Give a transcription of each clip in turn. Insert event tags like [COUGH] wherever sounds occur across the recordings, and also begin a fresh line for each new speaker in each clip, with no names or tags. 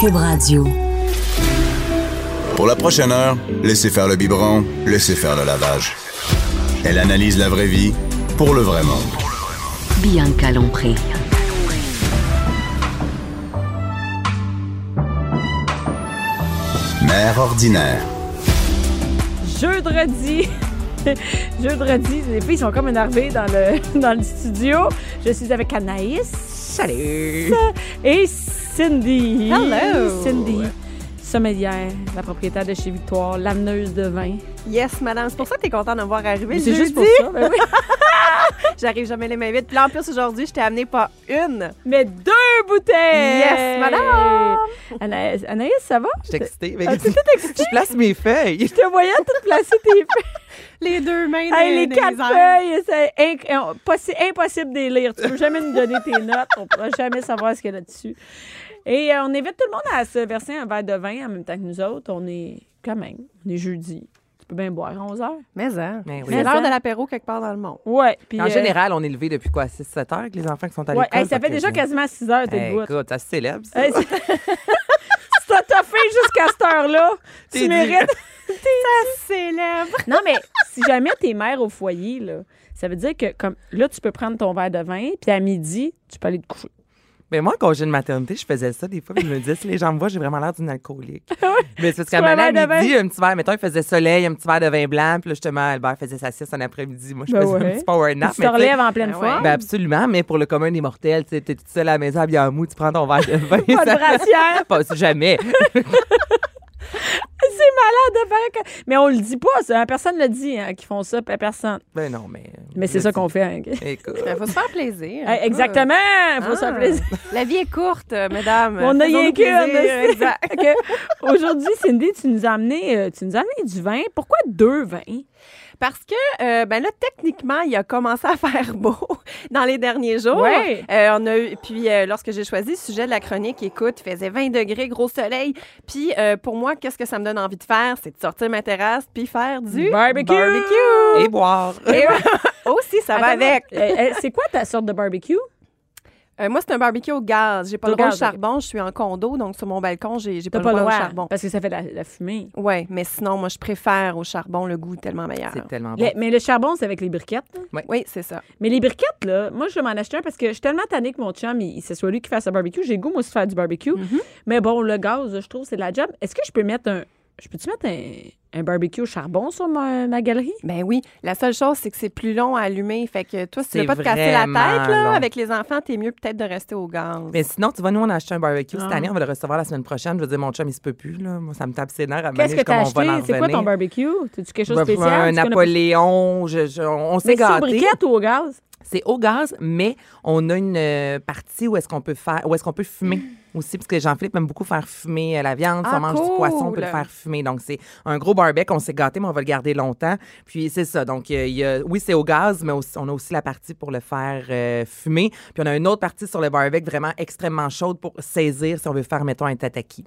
Cube Radio.
Pour la prochaine heure, laissez faire le biberon, laissez faire le lavage. Elle analyse la vraie vie pour le vrai monde.
Bianca Lompré.
Mère ordinaire.
Jeudi. [LAUGHS] Jeudi, les filles sont comme énervées dans le, [LAUGHS] dans le studio. Je suis avec Anaïs. Salut. Et Cindy.
Hello.
Cindy, sommelière, la propriétaire de chez Victoire, l'ameneuse de vin.
Yes, madame. C'est pour ça que t'es contente de me voir arriver. le
C'est juste pour
jeudi.
ça.
[LAUGHS]
ben oui.
J'arrive jamais les mains vides. Puis là, en plus, aujourd'hui, je t'ai amené pas une.
Mais deux bouteilles.
Yes, madame.
Anaïs, Anaïs, ça va?
Je suis excitée. mais-
Ah, tu t'es excitée?
Je place mes feuilles.
Je te voyais tout placer tes [LAUGHS]
Les deux mains.
Hey,
des-
les
des
quatre
airs.
feuilles, c'est inc- euh, possi- impossible de les lire. Tu peux jamais nous donner tes notes. On ne pourra jamais savoir ce qu'il y a là-dessus. Et euh, on invite tout le monde à se verser un verre de vin en même temps que nous autres. On est quand même, on est jeudi. Tu peux bien boire à 11 heures.
Mais hein.
Mais oui.
C'est
hein.
l'heure de l'apéro quelque part dans le monde.
Ouais. puis,
En
euh,
général, on est levé depuis quoi, 6-7 heures que les enfants qui sont à
ouais,
l'école?
hey, ça
parce
fait
que
déjà
je-
quasiment 6 heures, t'es
Hey,
debout.
écoute, ça se célèbre. ça.
Hey, c'est- [LAUGHS] Si t'as toffé jusqu'à cette heure-là,
T'es
tu
dit. [LAUGHS]
mérites.
Célèbre.
Non, mais si jamais t'es mère au foyer, là, ça veut dire que comme là, tu peux prendre ton verre de vin, puis à midi, tu peux aller te coucher.
Mais moi, quand j'ai une maternité, je faisais ça des fois. puis Je me disais, si les gens me voient, j'ai vraiment l'air d'une
[LAUGHS]
alcoolique. Mais c'est parce qu'à
Tu bois un
Manon,
verre de
à midi, un petit verre, mettons, il faisait soleil, un petit verre de vin blanc. Puis là, justement, Albert faisait sa sieste en après-midi. Moi, je
Ben
faisais
ouais.
un petit power
Puis
nap.
tu
mais
te
tu sais,
relèves en pleine
Ah ouais.
forme.
ben absolument, mais pour le commun des mortels, tu sais, t'es toute seule à la maison, habillée en mou, tu prends ton verre de vin.
Pas de
ça-
brassière.
[LAUGHS] Pas
[LAUGHS]
jamais.
Ben,
C'est malade. pareil que- Mais on le dit pas, ça. Personne le dit, hein, qu'ils font ça, puis personne.
Ben non, mais.
Mais c'est ça qu'on fait. hein.
fait. Écoute.
Il faut se faire
[LAUGHS]
plaisir.
Hey, exactement. Faut se faire
Ben, Ah.
plaisir.
La vie est courte, euh, mesdames.
On a
Faisons-nous
rien
plaisir.
qu'une.
Exact.
Fait que [LAUGHS] Aujourd'hui, Cindy, tu nous as amené, euh, tu nous as amené du vin. Pourquoi deux vins?
Parce que, euh, ben là, techniquement, il a commencé à faire beau [LAUGHS] dans les derniers jours.
Ouais.
Euh, on a eu, puis, euh, lorsque j'ai choisi le sujet de la chronique, écoute, il faisait 20 degrés, gros soleil. Puis, euh, pour moi, qu'est-ce que ça me donne envie de faire? C'est de sortir ma terrasse puis faire du
Barbecue!
Et boire.
Et [LAUGHS] aussi, ça va
Attends,
avec.
[LAUGHS] euh, euh, c'est quoi ta sorte de barbecue?
Euh, moi, c'est un barbecue au gaz. J'ai pas
Au
le droit au
gaz, ok.
charbon. Je suis en condo, donc sur mon balcon, j'ai j'ai
T'as
pas, le droit au charbon.
Parce que ça fait de la, la fumée.
Ouais, mais sinon, moi, je préfère au charbon le goût est tellement meilleur.
C'est tellement bon.
Le- mais le charbon, c'est avec les briquettes. là.
Oui, c'est ça.
Mais les briquettes, là, moi, je vais m'en acheter un parce que je suis tellement tannée que mon chum, il, ce soit lui qui fasse le barbecue. J'ai le goût, moi, aussi, de faire du barbecue. Mais bon, le gaz, je trouve, c'est de la job. Est-ce que je peux mettre un. Je peux-tu mettre un, un barbecue au charbon sur ma, ma galerie?
Ben oui. La seule chose, c'est que c'est plus long à allumer. Fait que toi, si tu veux
C'est
pas te casser la tête, là,
vraiment long.
avec les enfants, t'es mieux peut-être de rester au gaz.
Mais sinon, tu vois, nous, on a acheté un barbecue cette
Ah.
année. On va le recevoir la semaine prochaine. Je veux dire, mon chum, il se peut plus. Là. Moi, ça me tape ses nerfs à
Qu'est-ce que
tu
t'as acheté? C'est quoi ton barbecue? T'as-tu quelque chose de spécial?
Un
Tu connais pas-
Napoléon. je- je- on on s'est
Mais c'est aux
gâtés.
briquettes ou au gaz?
C'est au gaz, mais on a une euh, partie où est-ce qu'on peut faire, où est-ce qu'on peut fumer aussi, parce que Jean-Philippe aime beaucoup faire fumer euh, la viande. si
Mm. Ah,
on mange du poisson, on peut le
cool.
faire fumer. Donc c'est un gros barbecue. On s'est gâté, mais on va le garder longtemps. Puis c'est ça. Donc euh, il y a- oui, c'est au gaz, mais aussi- on a aussi la partie pour le faire euh, fumer. Puis on a une autre partie sur le barbecue vraiment extrêmement chaude pour saisir si on veut faire mettons un tataki.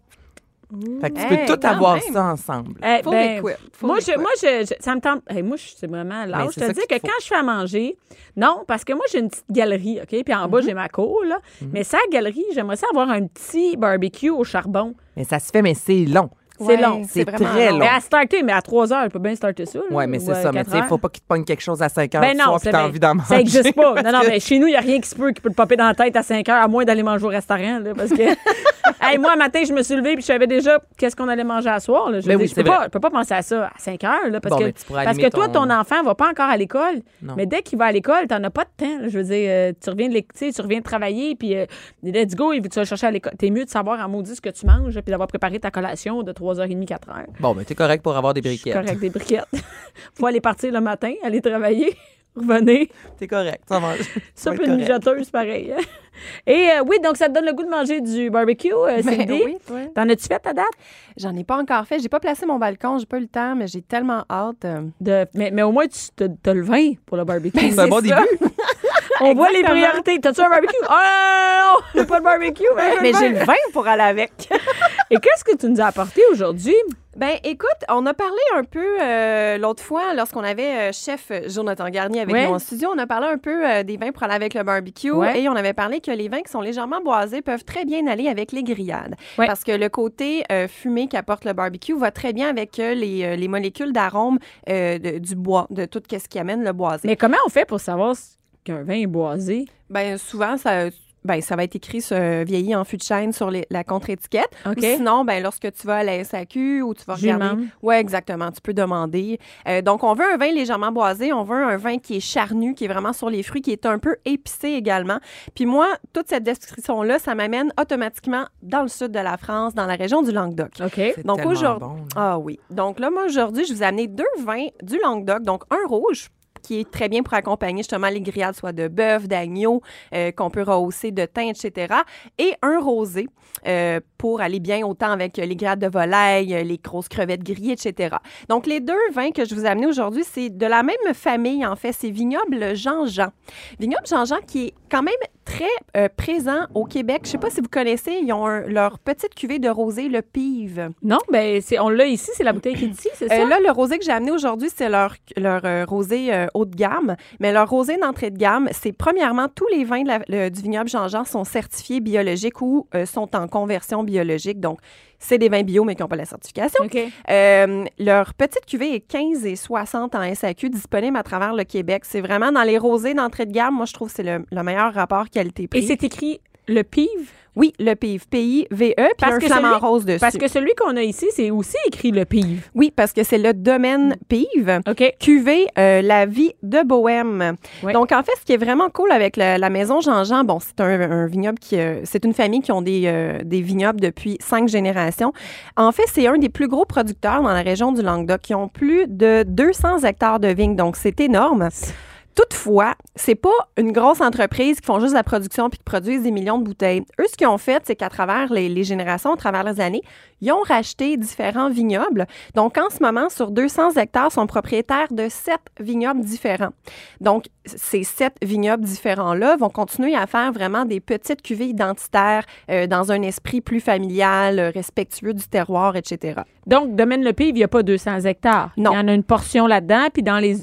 Fait que tu
Mm. Hey,
peux tout
quand
avoir
même.
ça ensemble.
Eh,
Full
ben,
equip, full
moi, je,
equip.
moi je, je- ça me tente. eh, moi, je- c'est vraiment là.
Mais
Je
Ben, c'est
te
ça
dis que
qu'il faut.
quand je fais à manger, non, parce que moi, j'ai une petite galerie, OK? Puis en
Mhm.
bas, j'ai ma cour, là. Mais sa galerie, j'aimerais ça avoir un petit barbecue au charbon.
Mais ça se fait, mais c'est long.
C'est
Ouais,
long.
c'est
vraiment
très
Mais
long.
à starter, mais à 3 heures, je peux bien starter ça. là,
Ouais, mais
ou
c'est
à
ça. Mais
quatre
tu sais, faut
heures.
pas qu'il te pogne quelque chose à 5 heures
Ben
du
non,
soir, puis
ça,
t'as
ben,
envie d'en manger.
ça n'existe pas. Non,
Parce
non,
que-
mais chez nous, il n'y a rien qui se peut qui peut te popper dans la tête à 5 heures, à moins d'aller manger au restaurant. Là,
[LAUGHS]
parce que, hey, moi, un matin, je me suis levée puis je savais déjà qu'est-ce qu'on allait manger à soir. Là. Je, veux
Ben
dire,
oui,
je
c'est
peux pas,
vrai.
je peux pas penser à ça à 5 heures. Là, parce
Bon,
que,
ben, tu pourras
parce que
allumer
toi, ton
ton-
enfant va pas encore à l'école.
Non.
Mais dès qu'il va à l'école, tu n'en as pas de temps. là. Je veux dire, euh, tu reviens de l'éc- tu sais, tu reviens de travailler, puis euh, let's go, et puis tu vas le chercher à l'école. T'es mieux de savoir en maudit ce que tu manges, puis d'avoir préparé ta collation de 3h30, 4h.
[LAUGHS] Bon, mais t'es correct pour avoir des
Je suis
briquettes.
[LAUGHS] correct, des briquettes. faut aller partir le matin, aller travailler. [LAUGHS] Revenez.
T'es correct. [LAUGHS] Ça va.
Ça
va
peut
être
une
correct.
jeteuse, pareil. [LAUGHS] Et euh, oui, donc ça te donne le goût de manger du barbecue, euh,
[LAUGHS] Ben
Cindy.
oui, toi.
T'en as-tu fait ta date?
J'en ai pas encore fait. J'ai pas placé mon balcon, j'ai pas eu le temps, mais j'ai tellement hâte. euh.
De... Mais, mais au moins, tu te- t'as le vin pour le barbecue.
Ben,
C'est un bon
ça.
début.
[LAUGHS] On voit les
Exactement.
priorités. T'as-tu un barbecue? Ah non, j'ai pas de barbecue, mais,
Ben, Mais j'ai le vin pour aller avec.
Et qu'est-ce que tu nous as apporté aujourd'hui?
Ben, écoute, on a parlé un peu euh, l'autre fois, lorsqu'on avait euh, chef Jonathan Garnier avec
Ouais.
nous en studio, on a parlé un peu euh, des vins pour aller avec le barbecue
Ouais.
et on avait parlé que les vins qui sont légèrement boisés peuvent très bien aller avec les grillades.
Ouais.
Parce que le côté euh, fumé qu'apporte le barbecue va très bien avec euh, les, euh, les molécules d'arôme euh, de- du bois, de tout ce qui amène le boisé.
Mais comment on fait pour savoir si- qu'un vin est boisé?
Ben, souvent, ça. Ben, ça va être écrit sur, vieilli en fût de chêne sur les- la contre-étiquette.
OK.
Ou sinon, ben, lorsque tu vas à la SAQ ou tu vas
Je
regarder
demande.
Oui, exactement. Tu peux demander. Euh, donc, on veut un vin légèrement boisé. On veut un vin qui est charnu, qui est vraiment sur les fruits, qui est un peu épicé également. Puis moi, toute cette description-là, ça m'amène automatiquement dans le sud de la France, dans la région du Languedoc.
OK.
C'est
Donc,
tellement
aujourd'hui-
bon, là.
Ah oui. Donc là, moi, aujourd'hui, je vous ai amené deux vins du Languedoc. Donc, un rouge qui est très bien pour accompagner justement les grillades, soit de bœuf, d'agneau, euh, qu'on peut rehausser de thym, etc. Et un rosé euh, pour aller bien autant avec euh, les grillades de volaille, euh, les grosses crevettes grillées, etc. Donc, les deux vins que je vous ai amenés aujourd'hui, c'est de la même famille, en fait. C'est Vignoble Jean-Jean. Vignoble Jean-Jean qui est quand même très euh, présent au Québec. Je sais pas si vous connaissez, ils ont un- leur petite cuvée de rosé, le Pive.
Non, ben, c'est, on l'a ici, c'est la bouteille qui est ici, c'est ça?
Euh, là, le rosé que j'ai amené aujourd'hui, c'est leur, leur euh, rosé euh, haut de gamme. Mais leur rosé d'entrée de gamme, c'est premièrement, tous les vins de la- le- du vignoble Jean-Jean sont certifiés biologiques ou euh, sont en conversion biologique. Donc, c'est des vins bio, mais qui n'ont pas la certification.
OK.
Euh, leur petite cuvée est 15 et 60 en SAQ, disponible à travers le Québec. C'est vraiment dans les rosés d'entrée de gamme, moi, je trouve que c'est le, le meilleur rapport
Et
qualité-prix.
c'est écrit le pive?
Oui, le PIV, P-I-V-E, E, puis
Parce
un
que
flamant
celui-
rose dessus.
Parce que celui qu'on a ici, c'est aussi écrit le pive.
Oui, parce que c'est le
Mm.
domaine PIV.
OK.
cuvée euh, La vie de Bohème.
Ouais.
Donc, en fait, ce qui est vraiment cool avec la, la maison Jean-Jean, bon, c'est un, un vignoble qui. euh, c'est une famille qui ont des, euh, des vignobles depuis cinq générations. En fait, c'est un des plus gros producteurs dans la région du Languedoc qui ont plus de 200 hectares de vignes. Donc, c'est énorme. Toutefois, c'est pas une grosse entreprise qui font juste la production puis qui produisent des millions de bouteilles. Eux, ce qu'ils ont fait, c'est qu'à travers les, les générations, à travers les années, ils ont racheté différents vignobles. Donc, en ce moment, sur 200 hectares, sont propriétaires de sept vignobles différents. Donc, ces sept vignobles différents-là vont continuer à faire vraiment des petites cuvées identitaires euh, dans un esprit plus familial, euh, respectueux du terroir, etc.
Donc, domaine le pive, il n'y a pas 200 hectares.
Non.
Il y en a une portion là-dedans, puis dans les,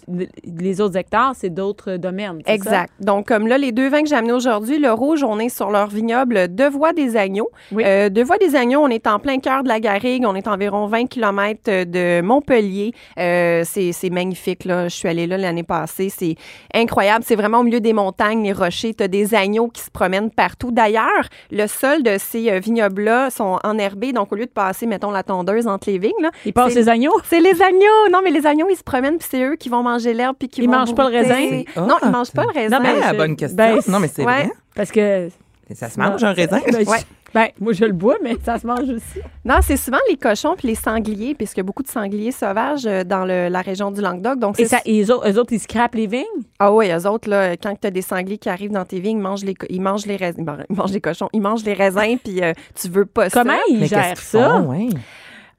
les autres hectares, c'est d'autres domaines. c'est ça?
Exact. Donc, comme là, les deux vins que j'ai amenés aujourd'hui, le rouge, on est sur leur vignoble Devois des Agneaux.
Oui.
Euh, Devois des Agneaux, on est en plein cœur de la Garrigue. On est environ 20 km de Montpellier. Euh, c'est c'est magnifique, là. Je suis allée là l'année passée. C'est incroyable. C'est vraiment au milieu des montagnes, les rochers. Tu as des agneaux qui se promènent partout. D'ailleurs, le sol de ces euh, vignobles-là sont enherbés. Donc, au lieu de passer, mettons, la tondeuse entre les vignes, là,
Ils passent
C'est-
les agneaux?
c'est les agneaux. Non, mais les agneaux, ils se promènent, puis c'est eux qui vont manger l'herbe, puis qui
Ils
vont
mangent pas le
brouter.
raisin?
C'est
Non, ils
hot.
mangent pas le raisin.
Non, ben,
Ah,
je-
bonne question.
ben,
non, mais c'est
ouais.
vrai. hein.
Parce que.
Ça se mange, un raisin.
[LAUGHS] Ben, je-
Ouais.
ben, moi, je le bois, mais ça se mange
[LAUGHS]
aussi.
Non, c'est souvent les cochons puis les sangliers, puisque beaucoup de sangliers sauvages euh, dans le- la région du Languedoc. Donc,
Et,
c'est
ça, et eux, autres- eux autres, ils scrapent les vignes?
Ah oui, eux autres, là, quand tu as des sangliers qui arrivent dans tes vignes, ils mangent les, co- ils mangent les raisins. bon, Ils mangent les cochons, ils mangent les [LAUGHS] raisins, puis euh, tu veux pas ça.
Comment ils
Mais qu'est-ce
gèrent
qu'ils
ça?
font, ouais?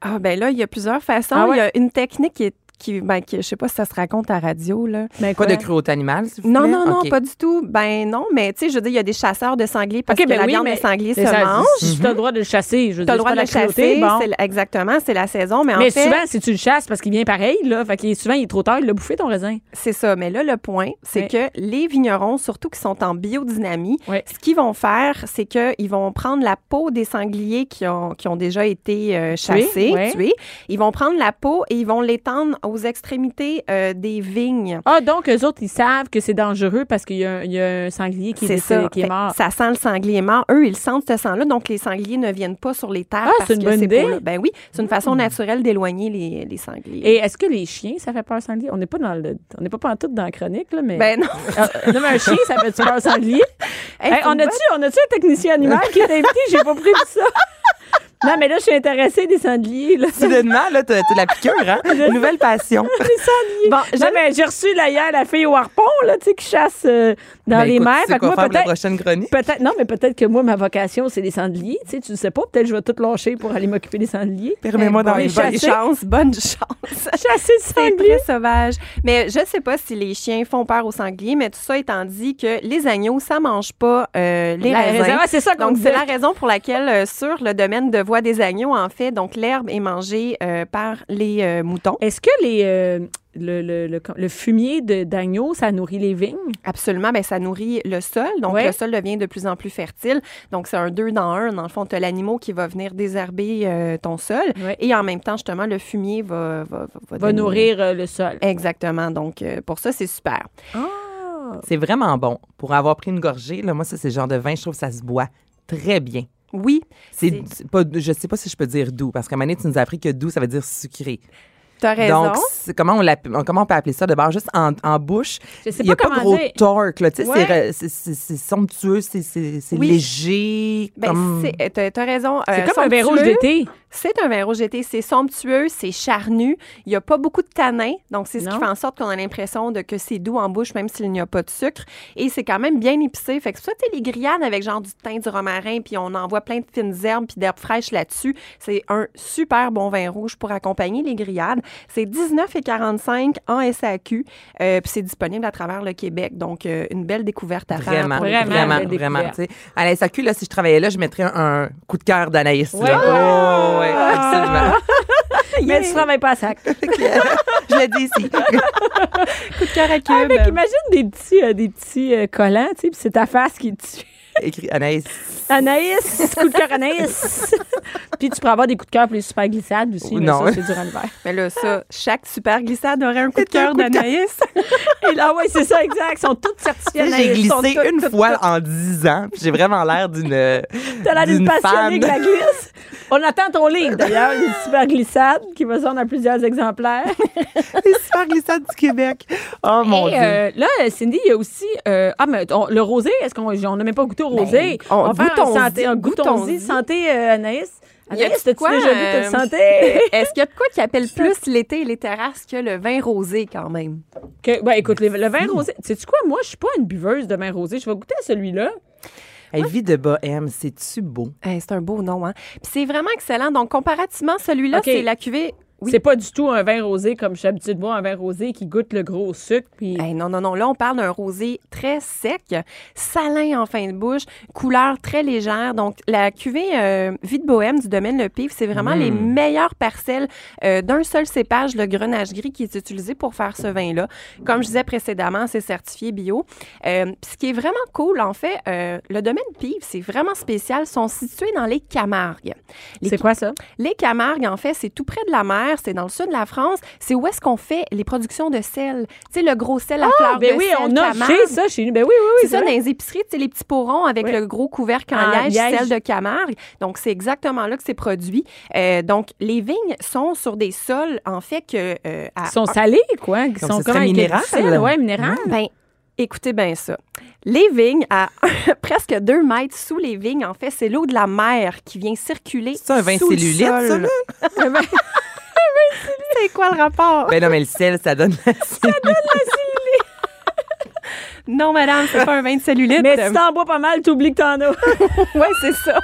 Ah, ben là, il y a plusieurs façons.
Ah ouais?
Il y a une technique qui est. Qui, ben, qui- je sais pas si ça se raconte à radio, là.
Ben, quoi?
Pas de cruauté animale, s'il vous
Non,
plaît?
non, non,
OK.
pas du tout. Ben non, mais tu sais, je veux dire, il y a des chasseurs de sangliers parce
Ok, ben
que la
oui,
viande
mais-
des sangliers se
C'est ça,
mange.
Si tu as le droit de le chasser, je veux
Tu as
dire,
le droit
c'est
de
pas
le
la cruauté,
chasser.
bon.
c'est la- Exactement, c'est la saison. Mais,
Mais
en fait,
souvent, si tu le chasses, parce qu'il vient pareil, là, fait qu'il est- souvent, il est trop tard, il l'a bouffé, ton raisin.
C'est ça. Mais là, le point, c'est
Oui.
que les vignerons, surtout qui sont en biodynamie,
Oui.
ce qu'ils vont faire, c'est qu'ils vont prendre la peau des sangliers qui ont, qui ont déjà été euh, chassés,
oui.
tués. Ils vont prendre la peau et ils vont l'étendre aux extrémités euh, des vignes.
Ah, donc, eux autres, ils savent que c'est dangereux parce qu'il y, a un- il y a un sanglier qui, est,
C'est ça.
qui est
Fait que
mort.
Ça sent le sanglier mort. Eux, ils sentent ce sang-là, donc les sangliers ne viennent pas sur les terres.
Ah,
parce
c'est une
que
bonne
ces
idée. Mm.
peaux-là- Ben oui, c'est une façon naturelle d'éloigner les, les sangliers.
Et est-ce que les chiens, ça fait peur au sanglier? On n'est pas dans le, on n'est pas pantoute dans la chronique, là, mais.
Ben non.
[LAUGHS] Ah, non, mais un chien, ça fait peur au sanglier?
[LAUGHS] Hey,
Hey,
c'est
on
une [LAUGHS]
a-tu, on a-tu un technicien animal qui est invité? J'ai pas prévu ça. Non, mais là, je suis intéressée des sangliers. Là.
Soudainement, là, t'as t'as la piqûre, hein?
[LAUGHS]
Nouvelle passion.
Les sangliers.
Bon,
Non, mais j'ai reçu là, hier la fille au harpon, là, tu sais, qui chasse euh, dans
Ben,
les
écoute,
mers.
tu sais
Fait que
quoi
moi,
faire pour la
peut-être.
prochaine chronique?
Peut-être, non, mais peut-être que moi, ma vocation, c'est les sangliers. Tu sais, tu le sais pas. Peut-être que je vais tout lâcher pour aller m'occuper des sangliers.
Permets-moi d'en
bon, les
rire.
bonne
chasser.
chance, bonne chance.
Chasser des
C'est
sangliers.
très sauvage. Mais je sais pas si les chiens font peur aux sangliers, mais tout ça étant dit que les agneaux, ça mange pas euh, les
La
raisins.
raison- ah, c'est ça qu'on
Donc, c'est
disait.
la raison pour laquelle, euh, sur le domaine de voie des agneaux, en fait, donc l'herbe est mangée euh, par les euh, moutons.
Est-ce que les, euh, le, le, le, le fumier de- d'agneau, ça nourrit les vignes?
Absolument, ben, ça nourrit le sol. Donc,
Ouais.
le sol devient de plus en plus fertile. Donc, c'est un deux dans un. Dans le fond, tu as l'animal qui va venir désherber euh, ton sol.
Ouais.
Et en même temps, justement, le fumier va, va,
Va
donner-
nourrir euh, le sol.
Exactement. Donc, euh, pour ça, c'est super.
C'est vraiment bon. Pour avoir pris une gorgée, là, moi, ça, c'est le genre de vin, je trouve que ça se boit très bien.
Oui,
C'est pas, je sais pas si je peux dire doux, parce qu'à un moment donné, tu nous as appris que doux, ça veut dire sucré.
tu as raison.
Donc, c'est- comment on, l'app- comment on peut appeler ça de bord? Juste en, en bouche,
Je sais
il n'y a
pas
pas,
comment
gros
dire.
torque. là. Tu sais,
Ouais.
c'est re- c'est- c'est c'est somptueux, c'est- c'est c'est
Oui.
léger.
Ben,
comme-
c'est- t'as, t'as raison.
C'est
euh,
comme un vin rouge
somptueux.
d'été. [LAUGHS]
C'est un vin rouge d'été. C'est somptueux, c'est charnu. Il n'y a pas beaucoup de tanin. Donc, c'est ce
Non.
qui fait en sorte qu'on a l'impression de que c'est doux en bouche, même s'il n'y a pas de sucre. Et c'est quand même bien épicé. Fait que ça, t'es les grillades avec genre du thym, du romarin, puis on envoie plein de fines herbes puis d'herbes fraîches là-dessus. C'est un super bon vin rouge pour accompagner les grillades. C'est 19,45 en SAQ. euh, puis c'est disponible à travers le Québec. Donc, euh, une belle découverte à faire.
Vraiment,
pour les
Vraiment,
vraiment,
belle
vraiment.
découverte.
tu sais. À la SAQ, là, si je travaillais là, je mettrais un, un coup de cœur d'Anaïs. là.
Ouais.
Oh, ouais, absolument.
[LAUGHS]
[LAUGHS]
Mais tu travailles pas à sac.
je le dis ici.
coups de cœur à
Ah,
cube.
mec, imagine des petits, euh, des petits euh, collants, tu sais, puis c'est ta face qui te tue.
Écrit Anaïs.
[LAUGHS] Anaïs, coup de cœur [LAUGHS] Anaïs. puis tu pourras avoir des coups de cœur pour les super glissades aussi, mais
Non.
ça, c'est durant l'hiver.
Mais là, ça, chaque super glissade aurait un coup de cœur
coup de
[LAUGHS] d'Anaïs.
Et là, ouais, c'est ça, exact. Ils sont toutes certifiées
J'ai
Anaïs. Ils sont
glissé
toutes-
une
toutes-
fois en 10 ans. puis J'ai vraiment l'air d'une. euh,
T'as l'air d'une
d'une
passionnée
fan.
de la glisse. [LAUGHS] On attend ton livre, d'ailleurs, une super glissade qui va sortir dans plusieurs exemplaires.
Les super glissades du Québec. Oh mon
Et,
Dieu.
euh, là, Cindy, il y a aussi. euh, ah, mais on- le rosé, est-ce qu'on on n'a même pas goûté au rosé?
on-
on va faire un
Ben, oh, goûtons-y,
santé, un goûtons-y.
goûtons-y.
Santé, euh, Anaïs.
Y a-tu
Anaïs, t'as-tu
quoi,
déjà goûté de
euh, [LAUGHS]
santé?
Est-ce qu'il y a de quoi qui appelle plus l'été et les terrasses que le vin rosé, quand même?
Que- ben, écoute, les- le vin rosé. Sais-tu quoi? Moi, je suis pas une buveuse de vin rosé. Je vais goûter à celui-là.
Hey, vie de bohème, c'est-tu beau?
Eh, c'est un beau nom, hein? Puis c'est vraiment excellent. Donc, comparativement, celui-là,
OK.
c'est la cuvée. Oui.
C'est pas du tout un vin rosé comme j'ai l'habitude de boire un vin rosé qui goûte le gros sucre. Puis...
Eh, non, non, non. Là, on parle d'un rosé très sec, salin en fin de bouche, couleur très légère. Donc, la cuvée euh, Vie de Bohème du domaine Le Pif, c'est vraiment les meilleures parcelles euh, d'un seul cépage, le grenage gris, qui est utilisé pour faire ce vin-là. Comme je disais précédemment, c'est certifié bio. Euh, puis ce qui est vraiment cool, en fait, euh, le domaine Pif, c'est vraiment spécial, Ils sont situés dans les Camargues. Les
C'est quoi ça?
les Camargues, en fait, c'est tout près de la mer, c'est dans le sud de la France. C'est où est-ce qu'on fait les productions de sel. Tu sais, le gros sel à fleur
ben
de
oui,
sel,
on a
Camargue.
chez ça chez nous. Ben oui, oui,
C'est
oui.
ça,
c'est
dans
vrai. Ah,
les épiceries, tu sais, les petits pourrons avec
Oui.
le gros couvercle en,
En
liège,
liège.
sel de Camargue. Donc, c'est exactement là que c'est produit. Euh, donc, les vignes sont sur des sols, en fait, que... euh, à
Ils sont salés, quoi. Ils
Comme
sont
ce
comme
serait
avec
minéral.
du sel. Ouais,
Hein?
minéral.
Ben, écoutez bien ça. Les vignes, à [LAUGHS] presque deux mètres sous les vignes, en fait, c'est l'eau de la mer qui vient circuler
C'est un vin
sous le
cellulite, ça,
sol.
là? [LAUGHS]
C'est quoi le rapport?
Ben non, mais le sel, ça donne la [LAUGHS]
Non, madame, c'est pas un vin de
[LAUGHS]
cellulite. Euh,
Mais si t'en bois pas mal, t'oublies que t'en as.
Ah, ouais, c'est ça.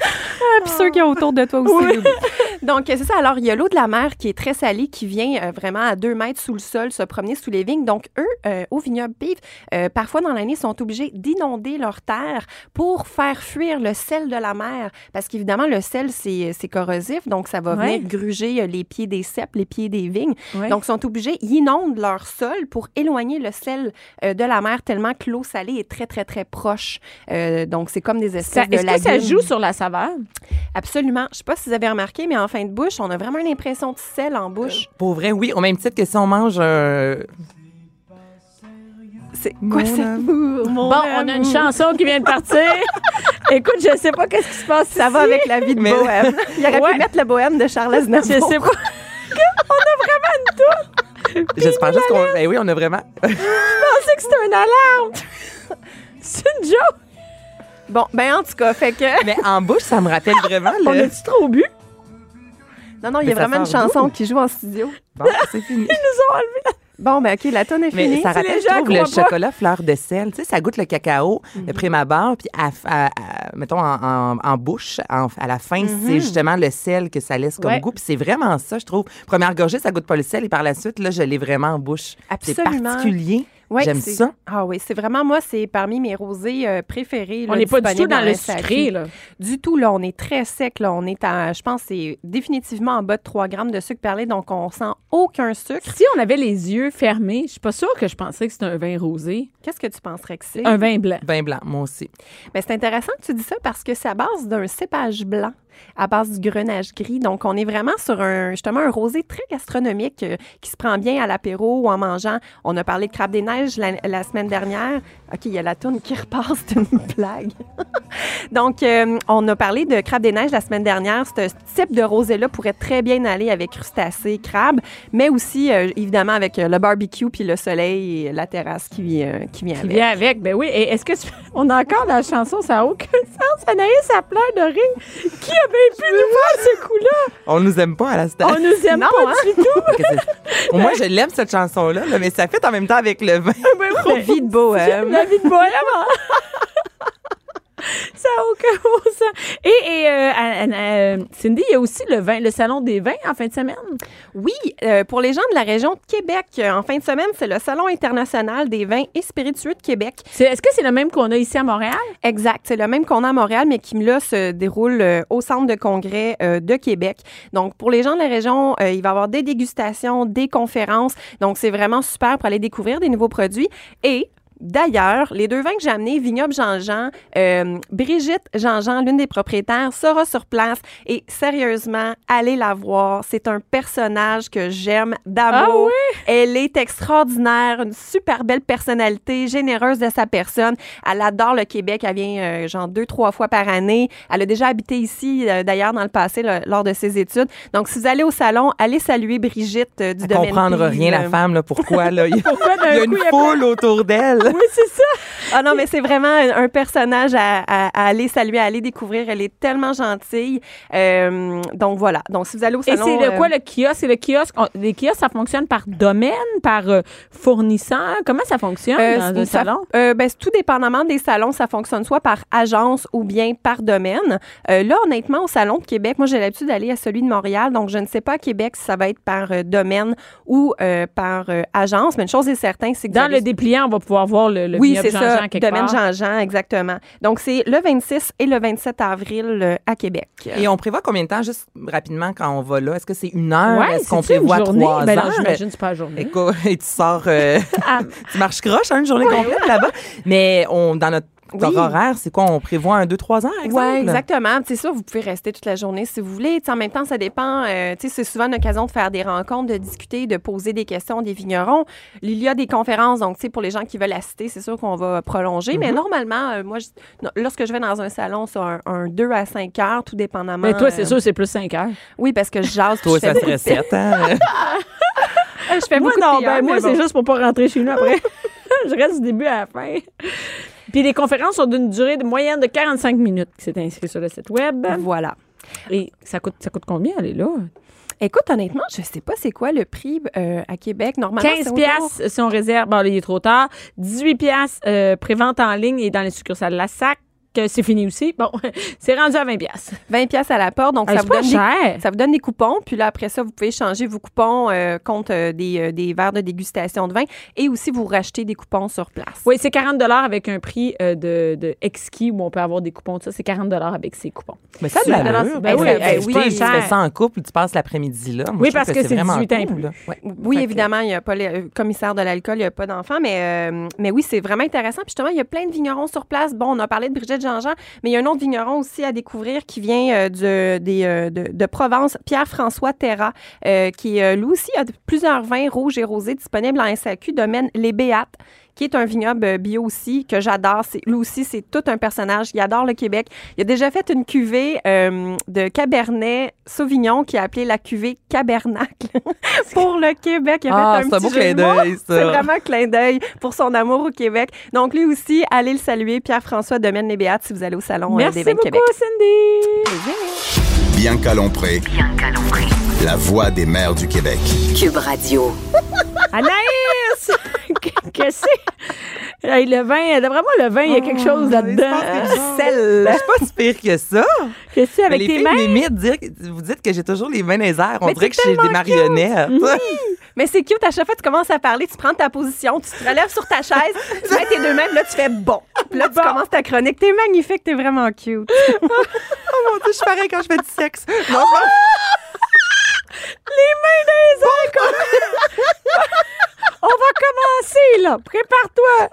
Ah, Puis ceux qui sont autour de toi aussi. l'oublient. [LAUGHS] Donc, euh, c'est ça. Alors, il y a l'eau de la mer qui est très salée, qui vient euh, vraiment à deux mètres sous le sol se promener sous les vignes. Donc, eux, euh, au vignoble Pive, euh, parfois dans l'année, sont obligés d'inonder leurs terres pour faire fuir le sel de la mer. Parce qu'évidemment, le sel, c'est c'est corrosif. Donc, ça va
Ouais.
venir gruger euh, les pieds des cèpes, les pieds des vignes.
Ouais.
Donc, sont obligés, ils inondent leur sol pour éloigner le sel euh, de la mer tellement que l'eau salée est très, très, très proche. Euh, donc, c'est comme des
Ça-
espèces de
Est-ce que ça
lagunes.
joue sur la saveur?
Absolument. Je sais pas si vous avez remarqué, mais en fin de bouche, on a vraiment une impression de sel en bouche.
Pour vrai, oui, au même titre que si on mange un.
C'est quoi ça?
Bon, on a une chanson qui vient de partir. Écoute, je sais pas qu'est-ce qui se passe.
Ça va avec la vie de
Mais-
bohème. [LAUGHS] Il aurait
Ouais.
pu mettre le bohème de Charles Aznavour.
Je sais pas.
J'espère juste qu'on. Ben oui, on a vraiment.
Je pensais que c'était une alarme. C'est une joke.
Bon, ben en tout cas, fait que.
Mais en bouche, ça me rappelle vraiment
On
le.
a-tu trop bu?
[LAUGHS] Non, non, il y
Mais
a
ça
vraiment une
sort
chanson
d'où?
qui joue en studio.
Bon, c'est fini.
Bon, ben OK, la
[LAUGHS]
tonne est
Mais
finie.
ça rappelle,
les
je
gens
trouve, le
croient pas. Mhm.
chocolat fleur de sel. Tu sais, ça goûte le cacao, le prime abord, puis à, à- à- mettons en, en- en bouche, en- à la fin, c'est justement le sel que ça laisse comme
Mhm. Ouais.
goût. Puis c'est vraiment ça, je trouve. Première gorgée, ça goûte pas le sel, et par la suite, là, je l'ai vraiment en bouche. C'est
Absolument.
particulier.
Ouais,
J'aime
c'est-
ça.
Ah oui, c'est vraiment moi, c'est parmi mes rosés euh, préférés. là,
On n'est pas du tout
disponibles
dans
en
le
SAQ.
sucré, là.
Du tout, là, on est très sec. Là, on est à, je pense, que c'est définitivement en bas de 3 grammes de sucre perlé, donc on sent aucun sucre.
Si on avait les yeux fermés, je suis pas sûre que je pensais que c'était un vin rosé.
Qu'est-ce que tu penserais que c'est?
Un vin blanc.
Ben blanc, moi aussi.
Ben, c'est intéressant que tu dis ça parce que c'est à base d'un cépage blanc, à base du grenage gris. Donc, on est vraiment sur un, justement un rosé très gastronomique euh, qui se prend bien à l'apéro ou en mangeant. On a parlé de crabe des neiges la, la semaine dernière. OK, il y a la tourne qui [LAUGHS] repasse, c'est une blague. [LAUGHS] Donc, euh, on a parlé de crabe des neiges la semaine dernière. Ce type de rosé-là pourrait très bien aller avec crustacés, crabes, mais aussi, euh, évidemment, avec euh, le barbecue puis le soleil et la terrasse qui, euh, qui vient
Qui
avec.
vient avec. Ben oui. Et est-ce que tu- [LAUGHS] On a encore la chanson, ça n'a aucun [LAUGHS] sens. Anaïs a pleure de rire. Qui a bien pu nous voir ce coup-là?
On nous aime pas à la
[LAUGHS]
station.
On nous aime
Non,
pas
hein?
du
[LAUGHS]
tout.
Que
[LAUGHS]
c'est- Moi, je l'aime, cette chanson-là, là, mais ça fait en même temps avec le vin.
Ben oui, mais-
Vie de euh, bohème.
[LAUGHS] La vie de bohème. hein? Ça n'a aucun [LAUGHS] bon sens. Et, et, euh, Anne- Anne- euh, Cindy, il y a aussi le vin, le salon des vins en fin de semaine.
Oui, euh, pour les gens de la région de Québec, euh, en fin de semaine, c'est le Salon international des vins et spiritueux de Québec.
C'est- Est-ce que c'est le même qu'on a ici à Montréal?
Exact, c'est le même qu'on a à Montréal, mais qui, là, se déroule euh, au Centre de congrès euh, de Québec. Donc, pour les gens de la région, euh, il va y avoir des dégustations, des conférences. Donc, c'est vraiment super pour aller découvrir des nouveaux produits. Et... D'ailleurs, les deux vins que j'ai amenés, Vignoble Jean-Jean, euh, Brigitte Jean-Jean, l'une des propriétaires, sera sur place. Et sérieusement, allez la voir. C'est un personnage que j'aime d'amour.
Ah
Elle est extraordinaire, une super belle personnalité, généreuse de sa personne. Elle adore le Québec. Elle vient euh, genre deux, trois fois par année. Elle a déjà habité ici, euh, d'ailleurs, dans le passé, là, lors de ses études. Donc, si vous allez au salon, allez saluer Brigitte euh,
[LAUGHS]
du
Elle
domaine
comprendra
Pease,
rien, la
euh.
femme, là, pourquoi. Là, il
[LAUGHS]
y a,
Pourquoi d'un
il y a
coup,
une
il y a
foule autour d'elle.
Oui, c'est ça.
Ah non, mais c'est vraiment un un personnage à, à- à aller saluer, à aller découvrir. Elle est tellement gentille. Euh, donc, voilà. Donc, si vous allez au
Et
salon...
c'est le
euh,
quoi le kiosque? C'est le kiosque. on- les kiosques, ça fonctionne par domaine, par euh, fournisseur. Comment ça fonctionne
Euh,
dans un
ça-
salon?
euh, ben, c'est tout dépendamment des salons, ça fonctionne soit par agence ou bien par domaine. Euh, là, honnêtement, au salon de Québec, moi, j'ai l'habitude d'aller à celui de Montréal, donc je ne sais pas à Québec si ça va être par euh, domaine ou euh, par euh, agence, mais une chose est certaine, c'est que vous
Dans
allez
le dépliant, on va pouvoir voir le, le
oui,
vignoble
c'est ça,
Jean-Jean quelque
domaine
part.
Jean-Jean, exactement. Donc, c'est le 26 et le 27 avril euh, à Québec.
Et on prévoit combien de temps, juste rapidement, quand on va là? Est-ce que c'est une heure?
Ouais,
Est-ce qu'on
c'est-tu une
prévoit
journée?
trois
Ben non,
heures?
j'imagine que c'est pas la journée.
[LAUGHS] Écoute, et tu sors, euh, [LAUGHS]
Ah,
tu marches croche hein, une journée complète là-bas. Mais on, dans notre
Oui.
horaire, c'est quoi? On prévoit un, deux, trois heures, exemple?
Oui, exactement. C'est ça, vous pouvez rester toute la journée si vous voulez. Tu sais, en même temps, ça dépend. euh, tu sais, c'est souvent une occasion de faire des rencontres, de discuter, de poser des questions des vignerons. Il y a des conférences, donc tu sais, pour les gens qui veulent assister, c'est sûr qu'on va prolonger.
Mm-hmm.
Mais normalement, euh, moi, je- non, lorsque je vais dans un salon, c'est un, 2 à 5 heures, tout dépendamment.
mais toi, c'est
euh,
sûr, c'est plus 5 heures.
Oui, parce que je jase. puis
Toi,
je fais
ça serait
beaucoup de-
sept, hein?
[LAUGHS]
[LAUGHS]
Je fais
Moi,
beaucoup de
non,
prières,
ben, moi,
mais
c'est
bon.
juste pour pas rentrer chez nous après. [LAUGHS] je reste du début à la fin. Puis les conférences sont d'une durée de moyenne de 45 minutes. C'est inscrit sur le site web.
Voilà.
Et ça coûte, ça coûte combien, aller là?
Écoute, honnêtement, je sais pas c'est quoi le prix euh, à Québec. Normalement,
15
c'est autour-
piastres si on réserve. Bon, là, il est trop tard. 18 piastres euh, prévente en ligne et dans les succursales La Sac. Euh, C'est fini aussi. Bon, [LAUGHS] c'est rendu à 20 piastres.
20 pièces à la porte, donc
Ah,
ça
c'est
vous
pas
donne des-
cher.
ça vous donne des coupons, puis là après ça vous pouvez changer vos coupons euh, contre euh, des, euh, des verres de dégustation de vin et aussi vous racheter des coupons sur place.
Oui, c'est 40 avec un prix euh, de, de exquis où on peut avoir des coupons. de Ça, c'est 40 avec ces coupons.
Mais ça, de
Ben
l'allure.
oui,
Hey,
ben oui,
tu fais-
c'est
tu fais
cher.
ça en couple, tu passes l'après-midi là. Moi,
Oui,
je trouve
parce que c'est
vraiment
18 ans et
cool,
plus.
là. Ouais.
Oui,
Fait que-
évidemment, il n'y a pas le le commissaire de l'alcool, il n'y a pas d'enfant, mais, euh, mais oui, c'est vraiment intéressant. Puis justement, il y a plein de vignerons sur place. Bon, on a parlé de Brigitte Jean-Jean, mais il y a un autre vigneron aussi à découvrir qui vient euh, de, des, euh, de, de Provence, Pierre-François Terra, euh, qui, euh, lui aussi, a de- plusieurs vins rouges et rosés disponibles en SAQ, domaine Les Béates, qui est un vignoble bio aussi, que j'adore. C'est- Lui aussi, c'est tout un personnage. Il adore le Québec. Il a déjà fait une cuvée euh, de Cabernet Sauvignon qui a appelé la cuvée Cabernacle [LAUGHS] pour le Québec. Il a
Ah,
fait un
c'est un
petit
beau
jeu
clin
de mots.
d'œil, ça.
C'est
[LAUGHS]
vraiment un clin d'œil pour son amour au Québec. Donc, lui aussi, allez le saluer. Pierre-François Domaine les Béates, si vous allez au Salon euh,
Merci
des vins de
beaucoup,
Québec.
Cindy.
Bianca Lompré,
Bianca Lompré.
la voix des mères du Québec.
Cube Radio.
Anaïs! [LAUGHS] Que- que c'est? Hey, le vin, d'après moi, le vin, il y a quelque
Oh,
chose là-dedans.
Celle. Je suis pas si pire que ça.
Qu'est-ce que c'est
Mais
avec
les
tes
filles
mains?
m'imitent, dire que- vous dites que j'ai toujours les mains dans les airs. On
Mais
dirait que
c'est
je suis des
tellement
marionnettes.
Mais c'est cute, à chaque fois, tu commences à parler, tu prends ta position, tu te relèves sur ta chaise, tu mets tes deux mains, puis là, tu fais bon. Puis là, tu commences ta chronique. T'es magnifique, t'es vraiment cute.
[LAUGHS] Oh mon Dieu, je suis pareil quand je fais du sexe. Non, c'est pas-
Les mains des airs, comme- On va commencer, là.
[LAUGHS]
Prépare-toi.